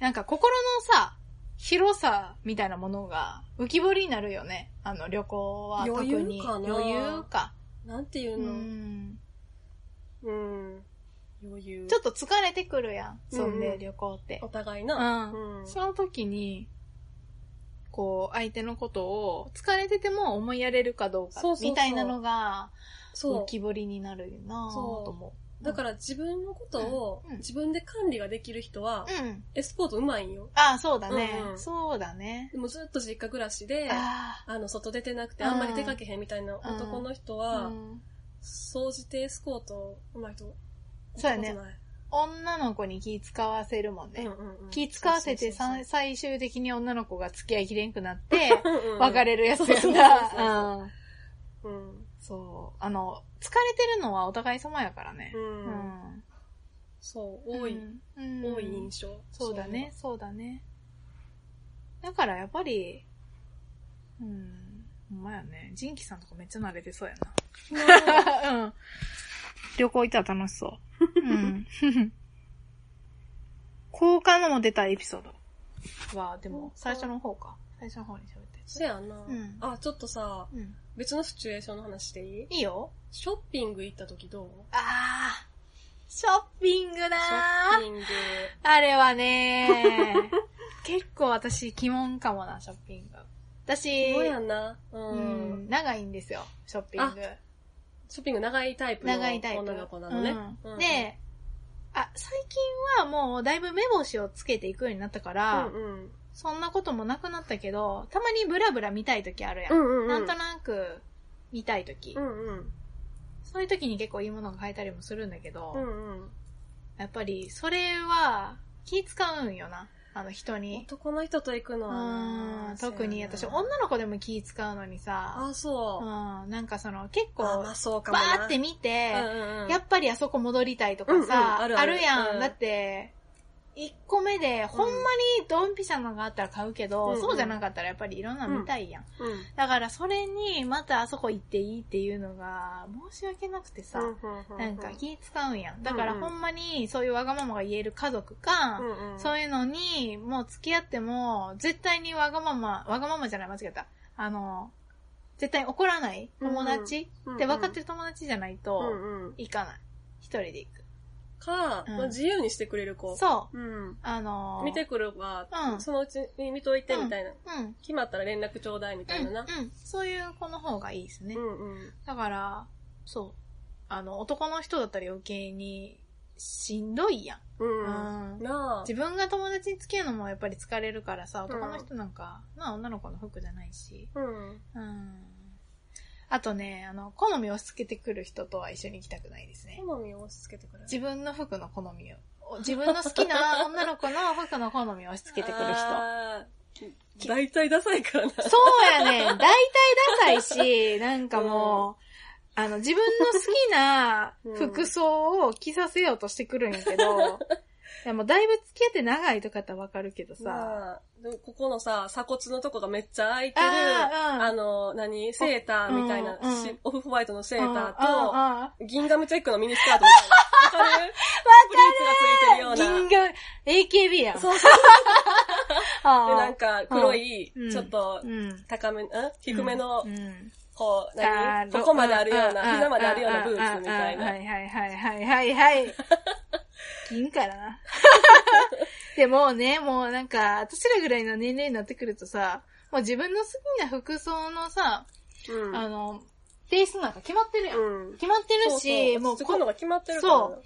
なんか心のさ、広さみたいなものが浮き彫りになるよね。あの旅行は特余裕に。かな余裕か。なんていううのん。うん。余裕。ちょっと疲れてくるやん。そんうんうでん旅行ってお。互いな。うんうんその時に、こう、相手のことを疲れてても思いやれるかどうかそうそうそうみたいなのがそ浮う。き彫りになるよなぁそうと思う。だから自分のことをうんうん自分で管理ができる人は、うん。エスポートうまいんよ。ああ、そうだねうんう。んそうだね。でもずっと実家暮らしで、ああの、外出てなくてうんあんまり出かけへんみたいな男の人あ。はう、ん総じてエスコートうまい人、そうやね見たことない。女の子に気使わせるもんね。うんうんうん気使わせてそうそうさ最終的に女の子が付き合いきれんくなって、そう そううんうん別れるやつそやうそんうそうな。うんうん。そう。あの、疲れてるのはお互い様やからねう。。うんん。そう、多い、うん多い印象。そうだね、そうだね。だからやっぱり、うん、ほんまやね。ジンキさんとかめっちゃ慣れてそうや そういうの。な。うん。旅行行ったら楽しそう。うん。交換のも出たエピソードは、でも、最初の方か。最初の方に喋ったやつ。せやな、んあ、ちょっとさ、うん。別のシチュエーションの話していいいいよ。ショッピング行った時どうあー、ショッピングだショッーピング。あれはねー、結構私、鬼門かもな、ショッピング。私、そうやんな。う。うんん、長いんですよ、ショッピング。ショッピング長いタイプの長いタイプ。女の子なのね。うんうんで、あ、最近はもうだいぶ目星をつけていくようになったかうら、んうん。そんなこともなくなったけど、たまにブラブラ見たい時あるやん。うんうんうん。なんとなく見たい時、うんうん。そういう時に結構いいものが買えたりもするんだけど、うんうん。やっぱりそれは気使うんよな。あの人に。男の人と行くのうはな。ん、特に私そうやな女の子でも気使うのにさ、あ、そうう。ん、なんかその結構、あ、まあそうかもバな。ーって見て、うんうん、やっぱりあそこ戻りたいとかさ、うんうんああるるあるやん。うんだって、1個目で、ほんまにドンピシャのがあったら買うけど、うんうんそうじゃなかったらやっぱりいろんなの見たいやん。うん、だからそれに、またあそこ行っていいっていうのが、申し訳なくてさ、うん、なんか気使うんやん。だかうらんうんほんまに、そういうわがままが言える家族か、うんうん、そういうのに、もう付き合っても、絶対にわがまま、わがままじゃない、間違えた。あの、絶対に怒らない友達、うんって分かってる友達じゃないと、うんうん、行かない。一人で行く。か、うんまあ自由にしてくれる子。。そううんう。。あのー、見てくるわ、うんそのうちに見といてみたいな。うん。うん。決まったら連絡ちょうだいみたいなな。うん。そういう子の方がいいですね。んうん。だから、そう。あの、男の人だったら余計にしんどいやん。うん。うんなあ。自分が友達に付き合うのもやっぱり疲れるからさ、男の人なんか、まあ女の子の服じゃないし。うん。うん。あとね、あの、好みを押し付けてくる人とは一緒に行きたくないですね。好みを押し付けてくる。自分の服の好みを。自分の好きな女の子の服の好みを押し付けてくる人。人。大体ダサいからな。そうやねん。大体ダサいし、なんかもう、あの、自分の好きな服装を着させようとしてくるんやけど、いやもうだいぶ付き合って長いとかやったらわかるけどさ、さあ、でもここのさ、鎖骨のとこがめっちゃ開いてる、あーうんあの、何セーターみたいな、うんうんしオフホワイトのセータうんうんーうんと、ギンガムチェックのミニスカートみたい な。わかるわかるプリーツがついてるよう銀な。河、AKB やん。そうそう。 あで、ーなんか、黒い、うんちょっとう、ん。高め、ん低めのう、んこう、あ何ーここまであるような、ん膝まであるようなブーツみたいあーあーあーあーはな。いはいはいはいはいはい。銀から な。でもうね、もうなんか、私らぐらいの年齢になってくるとさ、もう自分の好きな服装のさ、うんあの、テイストなんか決まってるやん。うん。決まってるそうし、そうもうそこのこが決まってるからな。そう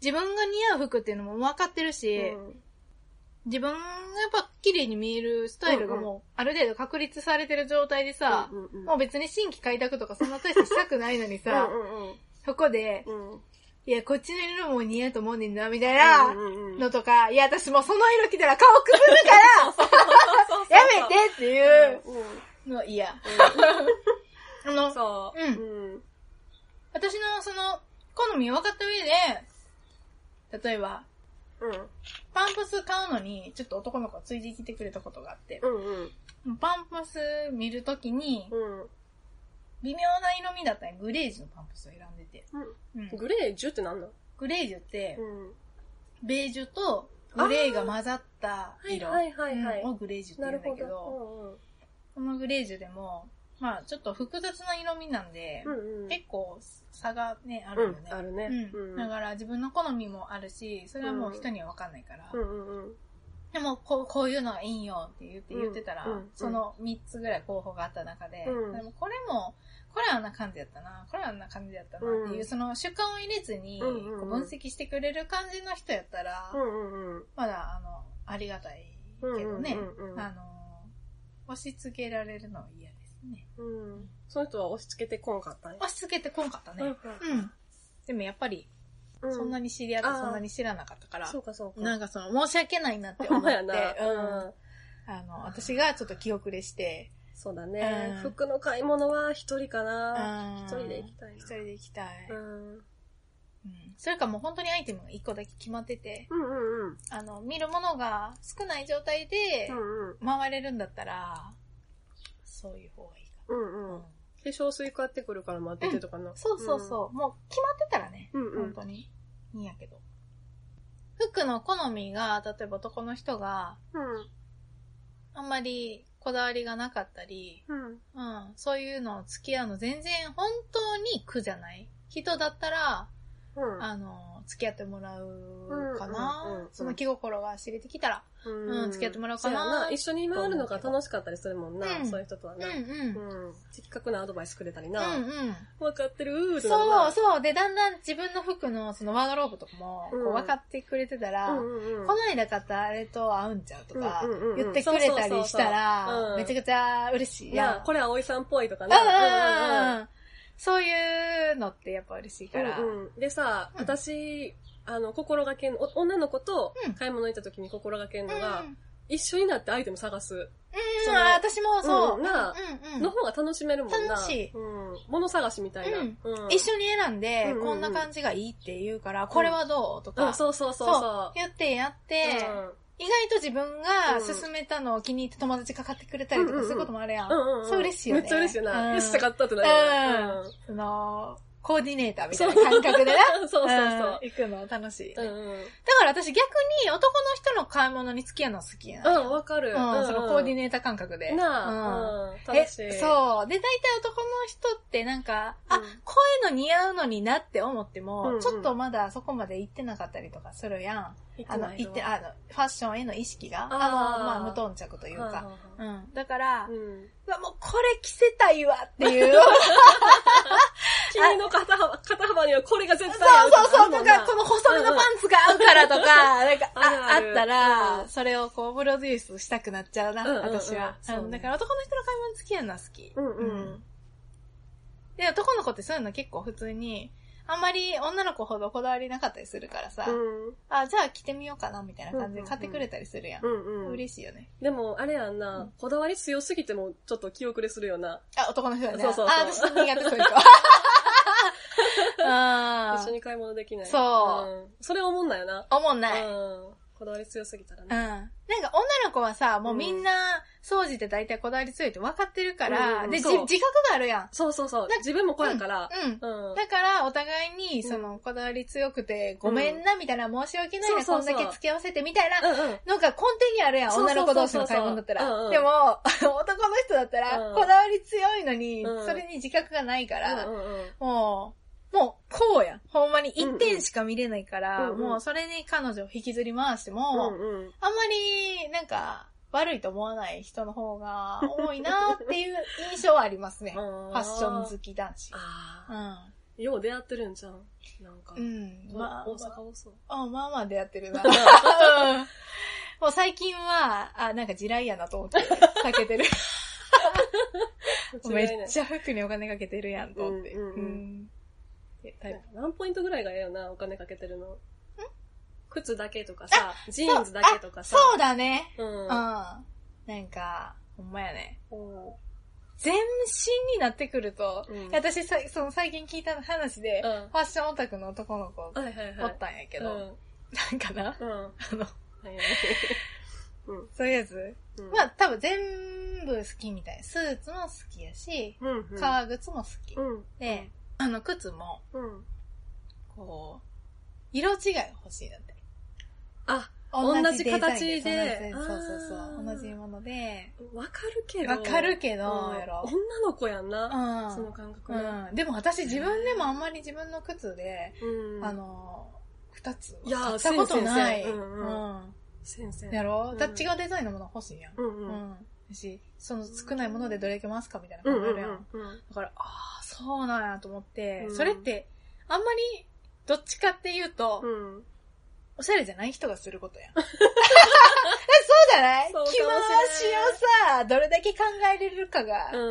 自分が似合う服っていうのも分かってるし、うん自分がやっぱ綺麗に見えるスタイルがうんもう、ある程度確立されてる状態でさ、うんうんうんもう別に新規開拓とかそんな大してしたくないのにさ、うんうんそこで、うん。うんいや、こっちの色も似合うと思うねんな、みたいなうんうんうんのとか、いや、私もうその色着たら顔くする から、やめてっていううんうんの嫌。あの、そう。うんん。私のその、好みを分かった上で、例えば、うん。パンプス買うのに、ちょっと男の子がついてきてくれたことがあって、うんうん。パンプス見るときに、うん微妙な色味だったらグレージュのパンプスを選んでて、うんグレージュってなんだグレージュって、ん。ベージュとグレーが混ざった色あーはいはいはいはいうんをグレージュってな言うんだるほけど、ど。このグレージュでも、まあちょっと複雑な色味なんで、うんうん。結構差がね、ああるよね。あるね。うんだから自分の好みもあるし、それはもう人には分かんないから。うんうんうん。でもこう、こういうのがいいよって言って言ってたら、うんうんその3つぐらい候補があった中で、うんでもこれも、これはあんな感じだったな、これはあんな感じだったなっていう、うんその主観を入れずに、うんうんうんこう分析してくれる感じの人やったら、うんうんうん。まだ、あの、ありがたいけどね、あの、押し付けられるのは嫌ですね。うん。その人は押し付けてこんかったね。押し付けてこんかったね。うん。でもやっぱり、うそんなに。に知り合ってあーそんなに知らなかったからそ、うかそうか。なんか、かその、申し訳ないなって ほ思んっまて、やな。 うんうん。あの、私がちょっと気遅れして、そうだね。うん服の買い物は一人かな。一一人で行きたいな一人で行きたい。うん。うんそれかもう本当にアイテムが一個だけ決まってて、うんうんうん。あの、見るものが少ない状態でう、んうん。回れるんだったら、そういう方がいいかうんな。うんう。ん化粧水買ってくるから待っててとかな。そうそうそう。もう決まってたらね。うんうん本当に。いいんやけど。服の好みが、例えば男の人が、うん。うん。ああんまりこだわりがなかったり、うん。うん、そういうのを付き合うの全然本当に苦じゃない人だったら、うん。あの、付き合ってもらうかな、うんうんうんうんその気心が知れてきたら。うん付き合ってもらおうかなそや一緒に今あるのが楽しかったりするもんな、うんそういう人とはうんな。ううん。ん。的確なアドバイスくれたりうな。んうん。分かってるーってなるそなうそう。で、だんだん自分の服のそのワードローブとかも、こうんう分かってくれてたら、うんうんうん。この間買ったあれと合うんちゃうとかうんうんうん、言ってくれたりしたそうそうそうそううらん、めちゃくちゃ嬉しいや。なんこれ葵さんっぽいとかうんうんうんな。うんそういうのってやっぱ嬉しいから。うんうんでさ、うん私、あの、心がけん、お女の子とうん買い物行った時に心がけんのが、うん一緒になってアイテム探す。うそん、のあ私もそう。うんなあうんうのん方が楽しめるもんな。楽しいうん。物探しみたいな。うんうん一緒に選んで、うんうんうんこんな感じがいいって言うから、これはどうとうか。ん、そうそうそうそう。やってやって、うん意外と自分が勧めたのを気に入って友達が買ってくれたりとうんかうんうんすることもあるやん。うんうんんそう嬉しいよね。めっちゃ嬉しいな。うんよし、買ったってなるよね。うんその、コーディネーターみたいな感覚でな。 そうそうそう。ん行くの楽しいようね、んうん。だから私逆に男の人の買い物に付き合うの好きやな。うん、わかる。うんそのコーディネネーター感覚で。うんなあ、うん、え、楽しい。そう。で、大体男の人ってなんか、うあん、こういうの似合うのになって思ってうんうもん、ちょっとまだそこまで行ってなかったりとかするやん。行あくの、な。行って、ああの、ファッションへの意識が、ああーの、まあ、無頓着というか。うん。だから、ううん。わもうこれ着せたいわって いう。君の肩幅、肩幅にはこれが絶そう対合うそうそう、あるもとんなか、この細めのパンツが合うからとか、なんか、あるあ、ああるったうらん、それをこう、プロデュースしたくなっちゃうな、うんうんうん私は。そううねんだから男の人の買い物好きやな、好き。うんうんで、男の子ってそういうの結構普通に、あんまり女の子ほどこだわりなかったりするからさ、うん。あ、じゃあ着てみようかな、みたいな感じで買ってくれたりするやん。うんうん。嬉しいよね。でも、あれやんう、なんこだわり強すぎても、ちょっと気遅れするよな。あ、男の人はね。そうそうそうあ、私苦手 そういう人。あ一緒に買い物できない。そううん。それ思うんだよな。思んうない。ん。こだわり強すぎたらうん。ね。なんか女の子はさ、もうみんな、掃除って大体こだわり強いって分かってるから、うんで、じそう自覚があるやん。そうそうそうな。自分もこうやから。うん。うん。だから、お互いに、うんその、こだわり強くて、ごめんな、みたいな、申し訳ないな、そこうそうんそうだけ付き合わせて、みたいな、うんうん。なんか根底にあるやん、そうそ女うそうそのう子同士の買い物だったうんうんら。でも、 あの男の人だったらうん、こだわり強いのにうん、それに自覚がないからう、んうんうんもう、もう、こうやん。ほんまに一点しか見れないかうんら、うんもうそれに彼女を引きずり回してうも、んうん。あんまり、なんか、悪いと思わない人の方が多いなっていう印象はありますね。フファッション好き男子。あうあ。ん。よう出会ってるんじゃん。なんか。うん。まあ、大阪多そう。あまあまあ出会って るな。うんもう最近は、あ、なんか地雷やなと思って、避けて る。め間違いなっいちゃ服にお金かけてるやんと思って。うんうんうんうんでタイプ何ポイントぐらいがええよな、お金かけてるの。靴だけとかさ、ジーンズだけとかさ。そうだね。うん。うん。なんか、ほんまやね。うん。全身になってくると、うん私さ、その最近聞いた話で、うんファッションオタクの男の子はいはいおはいっ。たんやけうど、ん。なんかな、うん。はあの、いはいうんそういうやつ、うん。まあ多分全部好きみたい。スーツも好きやし、うんうん。革靴も好き。うん。で、あの靴も、うん。こう、色違いが欲しいんだって。あ、同じデザイン形で同じそうそうそあう。ー同じもので、わかるけど。わかるけど、うんやろ。女の子やんな。うんその感覚ね。うん。でも私自分でもあんまり自分の靴で、うん。あ、の、二ついや買ったことない。せんせんうせんうんうんん。先生。やろうんだって違うデザインのもの欲しいやん。うんううん。ん。だし、その少ないものでどれだけ回すかみたいなうん考うえんるうやんん。。だから、ああ、そうなんやと思ってう、んそれって、あんまり、どっちかっていうと、うん。おしゃれじゃない人がすることや ん。えそうじゃない着そ回うかもししれんをさ、どれだけ考えれるかが、うんう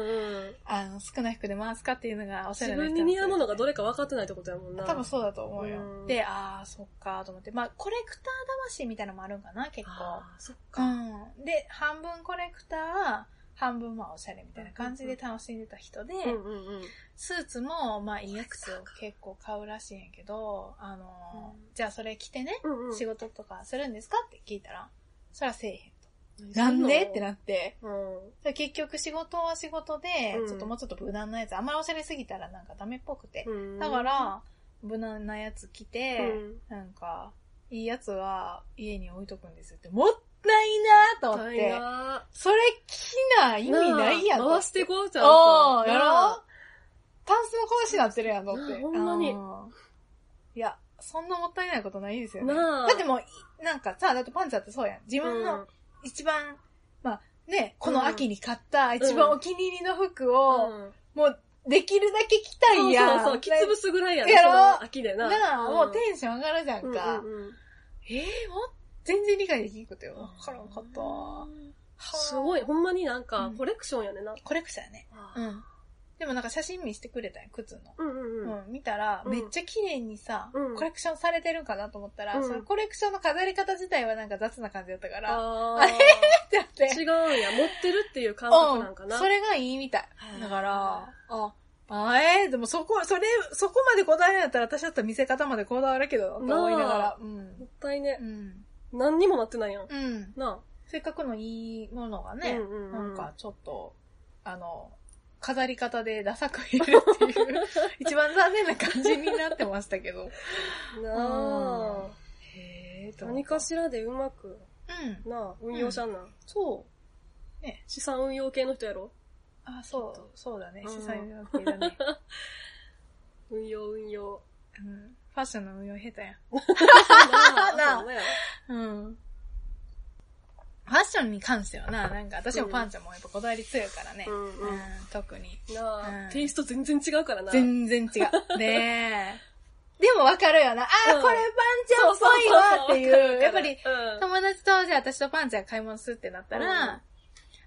ん。あの、少ない服で回すかっていうのがおしゃ自れな人分に似合うものがれどれか分かってないってことやもんな。多分そうだと思うよ。うんで、ああ、そっか、と思って。まあ、コレクター魂みたいなのもあるんかな、結構。あーそっうか。ん。で、半分コレクター、半分まあおしゃれみたいな感じで楽しんでた人で、うんうんうん。スーツもまあいいやつを結構買うらしいんやけど、あの、うじゃあそれ着てね、うんうん仕事とかするんですかって聞いたら、そらせえへんと。そなんんのでってなって。うん。結局仕事は仕事で、うんちょっともうちょっと無難なやつ、あんまりおしゃれすぎたらなんかダメっぽくて。うんだか、ら、無難なやつ着うて、んなんか、いいやつは家に置いとくんですって。もっないなと思っ痛いて。なそれ着な意味ないやんと。回してこうちゃんおー、やなろあタンスの講師になってるやんと思って。ほんまにうんいや、そんなもったいないことないですよね。なあだってもうい、なんかさ、だってパンツだってそうやん。自分うのん一番、まあね、こうんの秋に買った一番お気に入りの服を、うんもうできるだけ着たいやん。そうそうそう、きつぶすぐらいややろその秋でな。なあ、んもうテンション上がるじゃんか。うんうんうんええもう全然理解できんことよ。わからんかった。すい。ごい、ほんまになんかう、んコレクションやねんな。コレクションやね。ううんん。でもなんか写真見してくれたんよ、靴の。うんうん。うん、見たら、うんめっちゃ綺麗にさ、うんコレクションされてるんかなと思ったら、うんそのコレクションの飾り方自体はなんか雑な感じだったから、あああれってなって。 違うんや、持ってるっていう感覚なんかうな。ん、それがいいみたいはい。だから、あ、あえーでもそこ、それ、そこまでこだわるんやったら私だったら見せ方までこだわるけど、と思いながなあら、うもっん。たいねう。ん。何にもなってないやん。うん。なせっかくのいいものがね、うんうんうなんんかちょっと、あの、飾り方でダサくいるって いう、一番残念な感じになってましたけど。あ。なあ。へーと思った何かしらでうまく、うん。なあ、運用者なん。そう。資産運用系の人やろあ、そう、そうだね。うん主催のわけだ ね。運用運用。うん。ファッションの運用下手やん。ななあそうやうん。ファッションに関してはな、なんか私もパンちゃんもやっぱこだわり強いからね。うんうん特に。なうあ、んテイスト全然違うからな。全然違 う。ねえ。でもわかるよな。あー、うんこれパンちゃんっぽいわっていう。やっぱり、うん友達と、じゃあ私とパンちゃんが買い物するってなったうんら、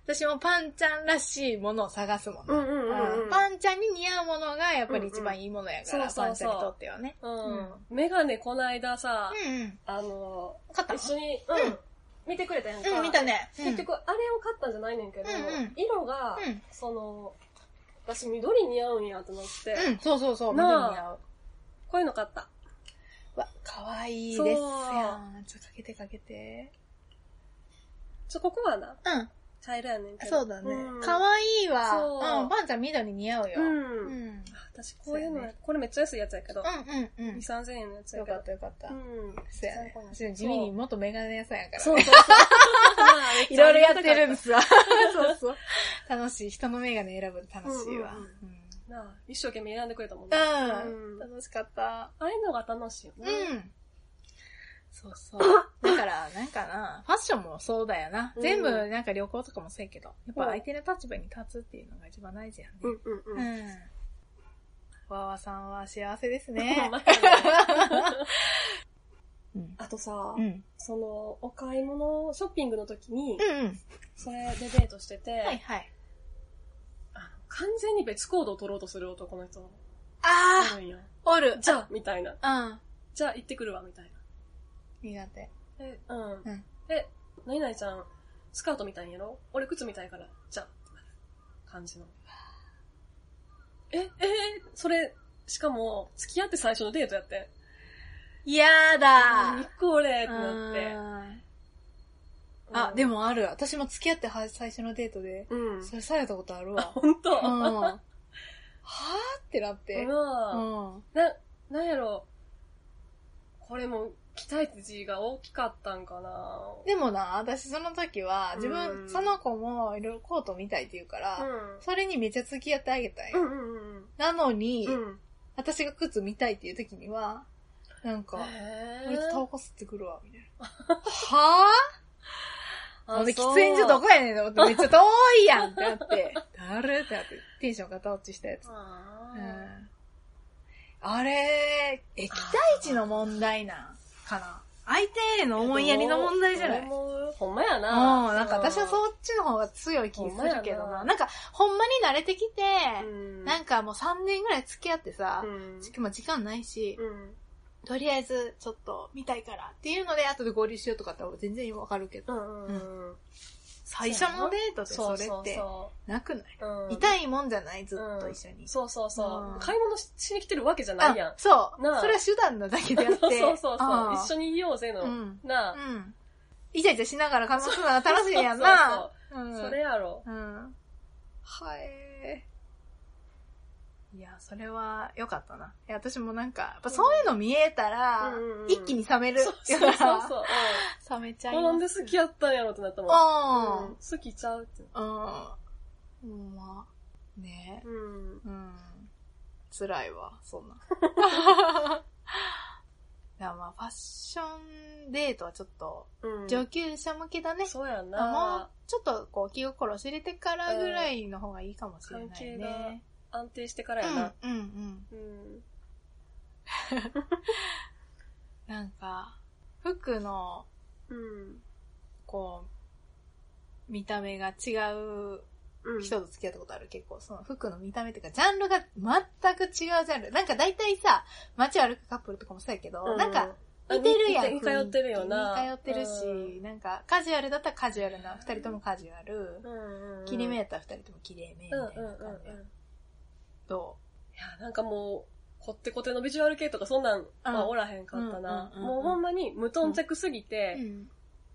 私もパンちゃんらしいものを探すもんうな。んうんうんううんん。パンちゃんに似合うものがやっぱり一番いいものやかうんうら、んそうパそうンちそゃうんにとってはね。うんう。メガネこないださ、うんうん。あの、買った一緒に、んうん見てくれたやんか。うん、見たね。結局、あれを買ったんじゃないねんけど、うんうん色が、うんその、私緑似合うんやと思って、うん、うん、そうそうそう、な緑あに合う。こういうの買った。わ、かわいいですやん。ちょ、かけてかけて。ちょ、ここはな、うん、茶色やねんけど。そうだねん。かわいいわ。そううん、パンちゃん緑似合うよ。う。うんん。私、こういうのそうは、やこれめっちゃ安いやつやけど、うんうんう2、ん。 3000円のやつやよけかどっ。たよかったう。そん。うやね最高。や私も地味に元メガネ屋さんやからね。そうそうそうそう。。いろいろやってるんですすわ。そうそう。楽しい。人のメガネ選ぶの楽しいわ。うんううんん なあ一生懸命選んでくれたもんね。うん。うん楽しかった。ああいうのが楽しいようね。ん。そう そう。だから、なんかな、ファッションもそうだよな。うん全部、なんか旅行とかもそうやけど、やっぱ相手の立場に立つっていうのが一番大事やね。うんうんうん。うん。わわさんは幸せです ほんねま。やねうん。あとさう、ん。その、お買い物、ショッピングの時に、うん。それでデートしてて、はいはい。あの完全に別行動を取ろうとする男の人あおるんや。あおる。じゃあ、みたいな。うん。じゃあ、行ってくるわ、みたい苦手。な。え、うん。うんえ、何々ちゃん、スカートみたいんやろ俺靴みたいから、じゃあ、ってなる感じの。え、えー、それ、しかも、付き合って最初のデートやって。やだ何これってなって。あうんあ、で。もある。私も付き合っては最初のデートで、うん。それされたことあるわ。本当うん。うん。はぁってなって。な、うん。なんやろ。これも、期待値が大きかったんかな。でもな、私その時は、自うん分、その子もいろいろコート見たいって言うから、それにめっちゃ付き合ってあげたんうよ。んうんうんうん。なのに、うん。私が靴見たいっていう時には、なんか、へ俺とタバーコ吸ってくるわ、みたい な。はぁほんで、喫煙所どこやねんと思って、めっちゃ遠いやんってな って、誰ってなって、テンションがタ落ちしたやつ。あうーんあれ、え、期待値の問題なんかな。相手への思いやりの問題じゃないどうもう、思うほんまやな。なんか私はう。そっちの方が強い気するけどほんまやなな。なんか、ほんまに慣れてきて、うん。なんかもう3年ぐらい付き合ってさう、ん。しかも時間ないし、うん。とりあえずちょっと見たいからっていうので、後で合流しようとかって全然わかるけうど、んうんうん。最初のデートでそそうれそっうてそ。なくないううん。痛いもんじゃないずっと一緒に。そうそうそうう。ん買い物ししに来てるわけじゃなあいやん。そう。なあそれは手段なだけであって。 そうそうそうそう。一緒緒にいようぜのうん。なあ。うん。イチャイチャしながら買い物するのが楽しいやんそうな。そうそう。うんそれやろ。うん。はい。いや、それは良かったな。いや私もなんか、やっぱそういうの見えたらうんうんう、ん一気に冷める。そう そうそうそう。冷めちゃいうんます。なんで好きやったんやろってなったもん。あうん好きちゃうって。あ。うん。うん、まあ。ねうん。うん。辛いわ、そん な。いや、まあ、ファッションデートはちょっと、うん。上級者向けだね。そうやんもうな。、ちょっとこう、気心知れてからぐらいの方がいいかもしれないね。安定してかうらやな。ん、うん、うん。うん。なんか、服の、うん。こう、見た目が違ううん。人と付き合ったことある、結構。その服の見た目とか、ジャンルが全く違うジャンル。なんか大体さ、街歩くカップルとかもそうやけど、うなんか、似てるやん。似通ってるよな。似通ってるし、なんか、カジュアルだったらカジュアルな、二人ともカジュアルう。ん。うんうん。綺麗めやったら二人とも綺麗め、みたういんうんなう感んじうやん。ん。どいや、なんかもう、こってこてのビジュアル系とかそんなんはおらへんかったな。うんうんうんうんもうほんまに無頓着すぎうて、うん。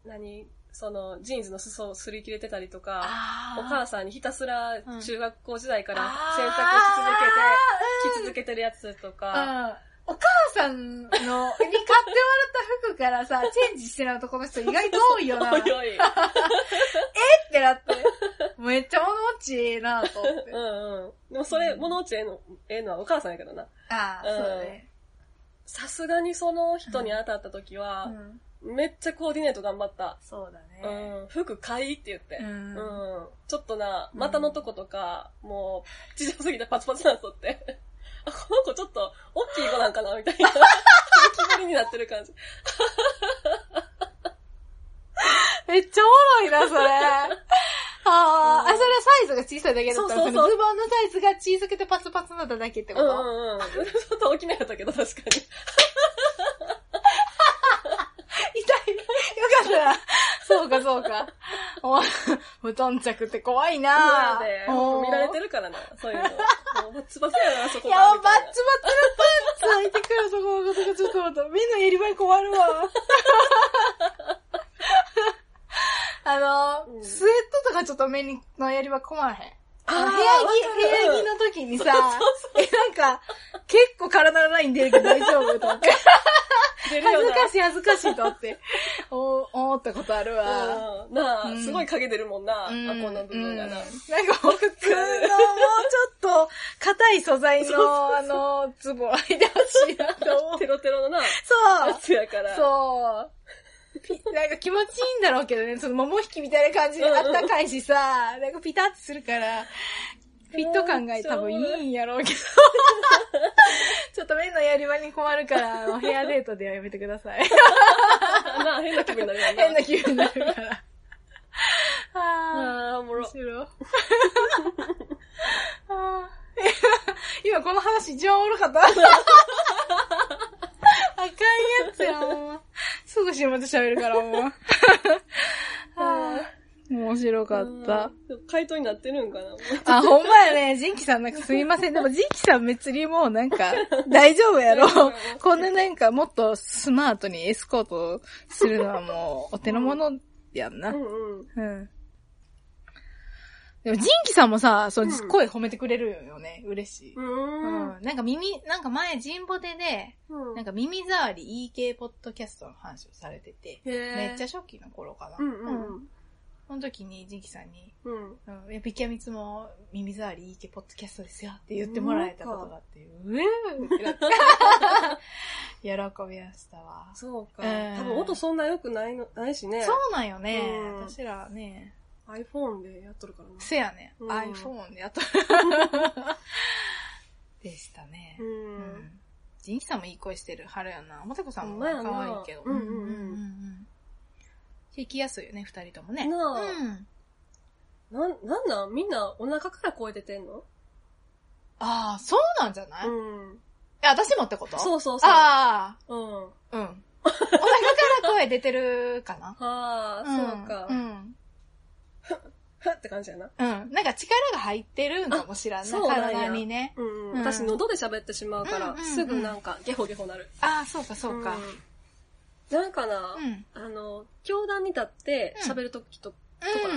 何その、ジーンズの裾を擦り切れてたりとか、あお母さんにひたすらうん中学校時代からあー詮索し続けて、着続けてるやつとか、うんお母さんの、に買ってもらった服からさ、チェンジしてない男の人意外と多い よな。おっいおい。てなって。めっちゃ物持ちいいなと思ってう。んうん。でもそれ、うん物落ちええの、ええのはお母さんやけどな。ああ、そうだね。さすがにその人に当たった時うは、ん。めっちゃコーディネート頑張った。そうだね。うん。服買いって言って。んうん。ちょっとな、股のとことか、もう、ちっちゃすぎてパツパツなんとって。 あ、この子ちょっと、大きい子なんかなみたいな。浮きぶりになってる 感じ。めっちゃおもろいな、そ れ。あーあ、うんそれはサイズが小さいだけだったのそうそうそうのズボンのサイズが小さくてパツパツなっただけってうこんうと、んうん。ちょっと大きめやったけど、確かに。痛い。よかったな。そうか、そうか。お 無頓着って怖いなそうやでもう見られてる。るからな、そ ういうの。もうバッツバツやな、そこいがや、バッチみバたいチのパンツ履ないてくるとこのことがちょっと待って、みんなやり場に困るわ。あの、うんスウェットとかちょっと目にのやり場困らへん。ああーの部わかる屋着、部屋着の時にさ、え、なんか、結構体のライン出るけど大丈夫と思って。出 る恥よずな。かしい恥ずかしいと思って、お思ったことあるわ。うんなあ、うんすごい影出るもんな、あ、こうんの部分がうんなんな。か普通の、もうちょっと、硬い素材の、あの、ズボン履いてほしいなと思う テ。ロテロのな、そやうつやから。そう。ピなんか気持ちいいんだろうけどね、その桃引きみたいな感じであったかいしさ、なんかピタッとするから、フィット感が多分いいんやろうけど。ちょっと目のやり場に困るから、お部屋デートではやめてくだ さい。なあ、変な気分になるよな。 変な気分になるから。あああ、おもー、ろ面。白 い。あー今この話一番おもろか った。あかんやつや、もう。すぐ始末喋るから、もう。あー面白かった。うん。回答になってるんかなもうあ、ほんまやね。ジンキさんなんかすいません。でもジンキさん別にもうなん か、大丈夫やろ大丈夫。こんななんかもっとスマートにエスコートするのはもうお手の物やんな。うんうん。うん。でも、ジンキさんもさ、そう、うん声褒めてくれるよね。嬉しい。ううん。ん。なんか耳、なんか前、ジンボでね、うんなんか耳障り E 系ポッドキャストの話をされてて、めっちゃゃ。初期の頃かな。うんうんんその時に、ジンキさんに、うん。うん。うん、いや、ビキャミツも耳障り E 系ポッドキャストですよって言ってもらえたことがあって、うえーってな って。喜びましたわ。そうか。うん多分音そんな良くないの、ないしね。そうなんよね。うん私らね、 iPhone でやっとるからな。せやね、うん iPhone でやった。 でしたねう。。うんジンキさんもいい声してる。春やな。もたこさんもほんま可やな愛いけど。うんうんうんん。弾きやすいよね、二人ともね。なあうん。なん、なんなんみんなお腹から声出てんのああ、そうなんじゃないえ、うん。私もってことそううそうそう。あうん。は あ、うん。お腹から声出てるかなあ、んそうかう。ん。ふって感じやな。うん。なんか力が入ってるんかもしらんあな、そうなんや体にね。うん。うん私、喉で喋ってしまうかうんらう、んうんすぐなんか、ゲホゲホなる。ああ、そうか、そうか。ん。なんかなう、ん。あの、教壇に立って喋るときとと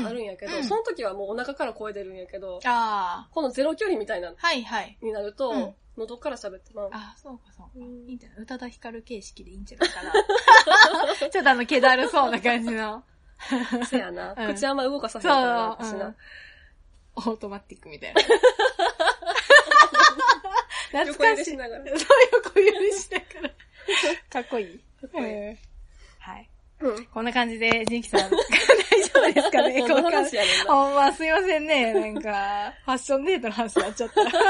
かあるんやけど、うんその時はもうお腹から声出るんやけど、ああ。このゼロ距離みたいな、はいはい。になると、うん喉から喋ってまう。ああ、そうかそうか。うんいいんじゃない宇多田ヒカル形式でいいんじゃない かな。ちょっとあの、気だるそうな感じ の。せやな。うん口あんま動かさせるからな、そう私な。オートマティックみたいな。横 懐揺かれししい。ながら。そう、横揺れしな がら。かっこいい。っこいいうんはい。うん。こんな感じで、ジンキ さん、大丈夫ですか ねここのの感話じ。やねんな。ほんま、すいませんね。なん か、ファッションデートの話になっちゃった。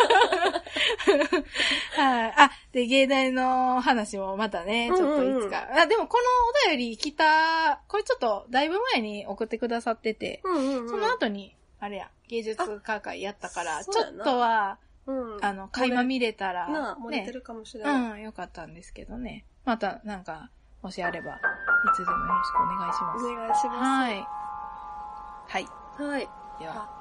はい。あ、で、芸大の話もまたね、ちょっといつか。あ、でもこのお便り来た、これちょっと、だいぶ前に送ってくださってて、うんうんうん。その後に、あれや、芸術科会やったから、あちそょうやっなとは、うん。あの、垣間見れたら、なあ、漏れねて、るかもしれない。うん、よかったんですけどね。また、なんか、もしあれば、いつでもよろしくお願いします。お願いしまはい。はい。す。はい。では、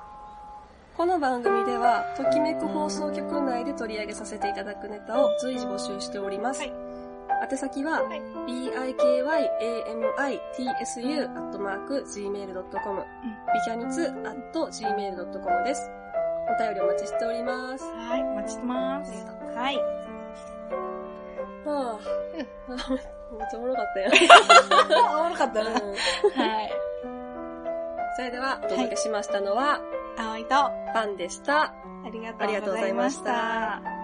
この番組では、ときめく放送局内で取り上げさせていただくネタを随時募集しております。はい宛先は、はい bikyamitusu.gmail.com、ビキャニツ .gmail.com です。お便りお待ちしております。はい、お待ちしてます。はい。はあ、 めっちゃおもろかったよ。 あ、おもろかったな。うんはい。それでは、お届けしましたのは、葵と、あパンでした。りがありがととうごうござざいいままししたた。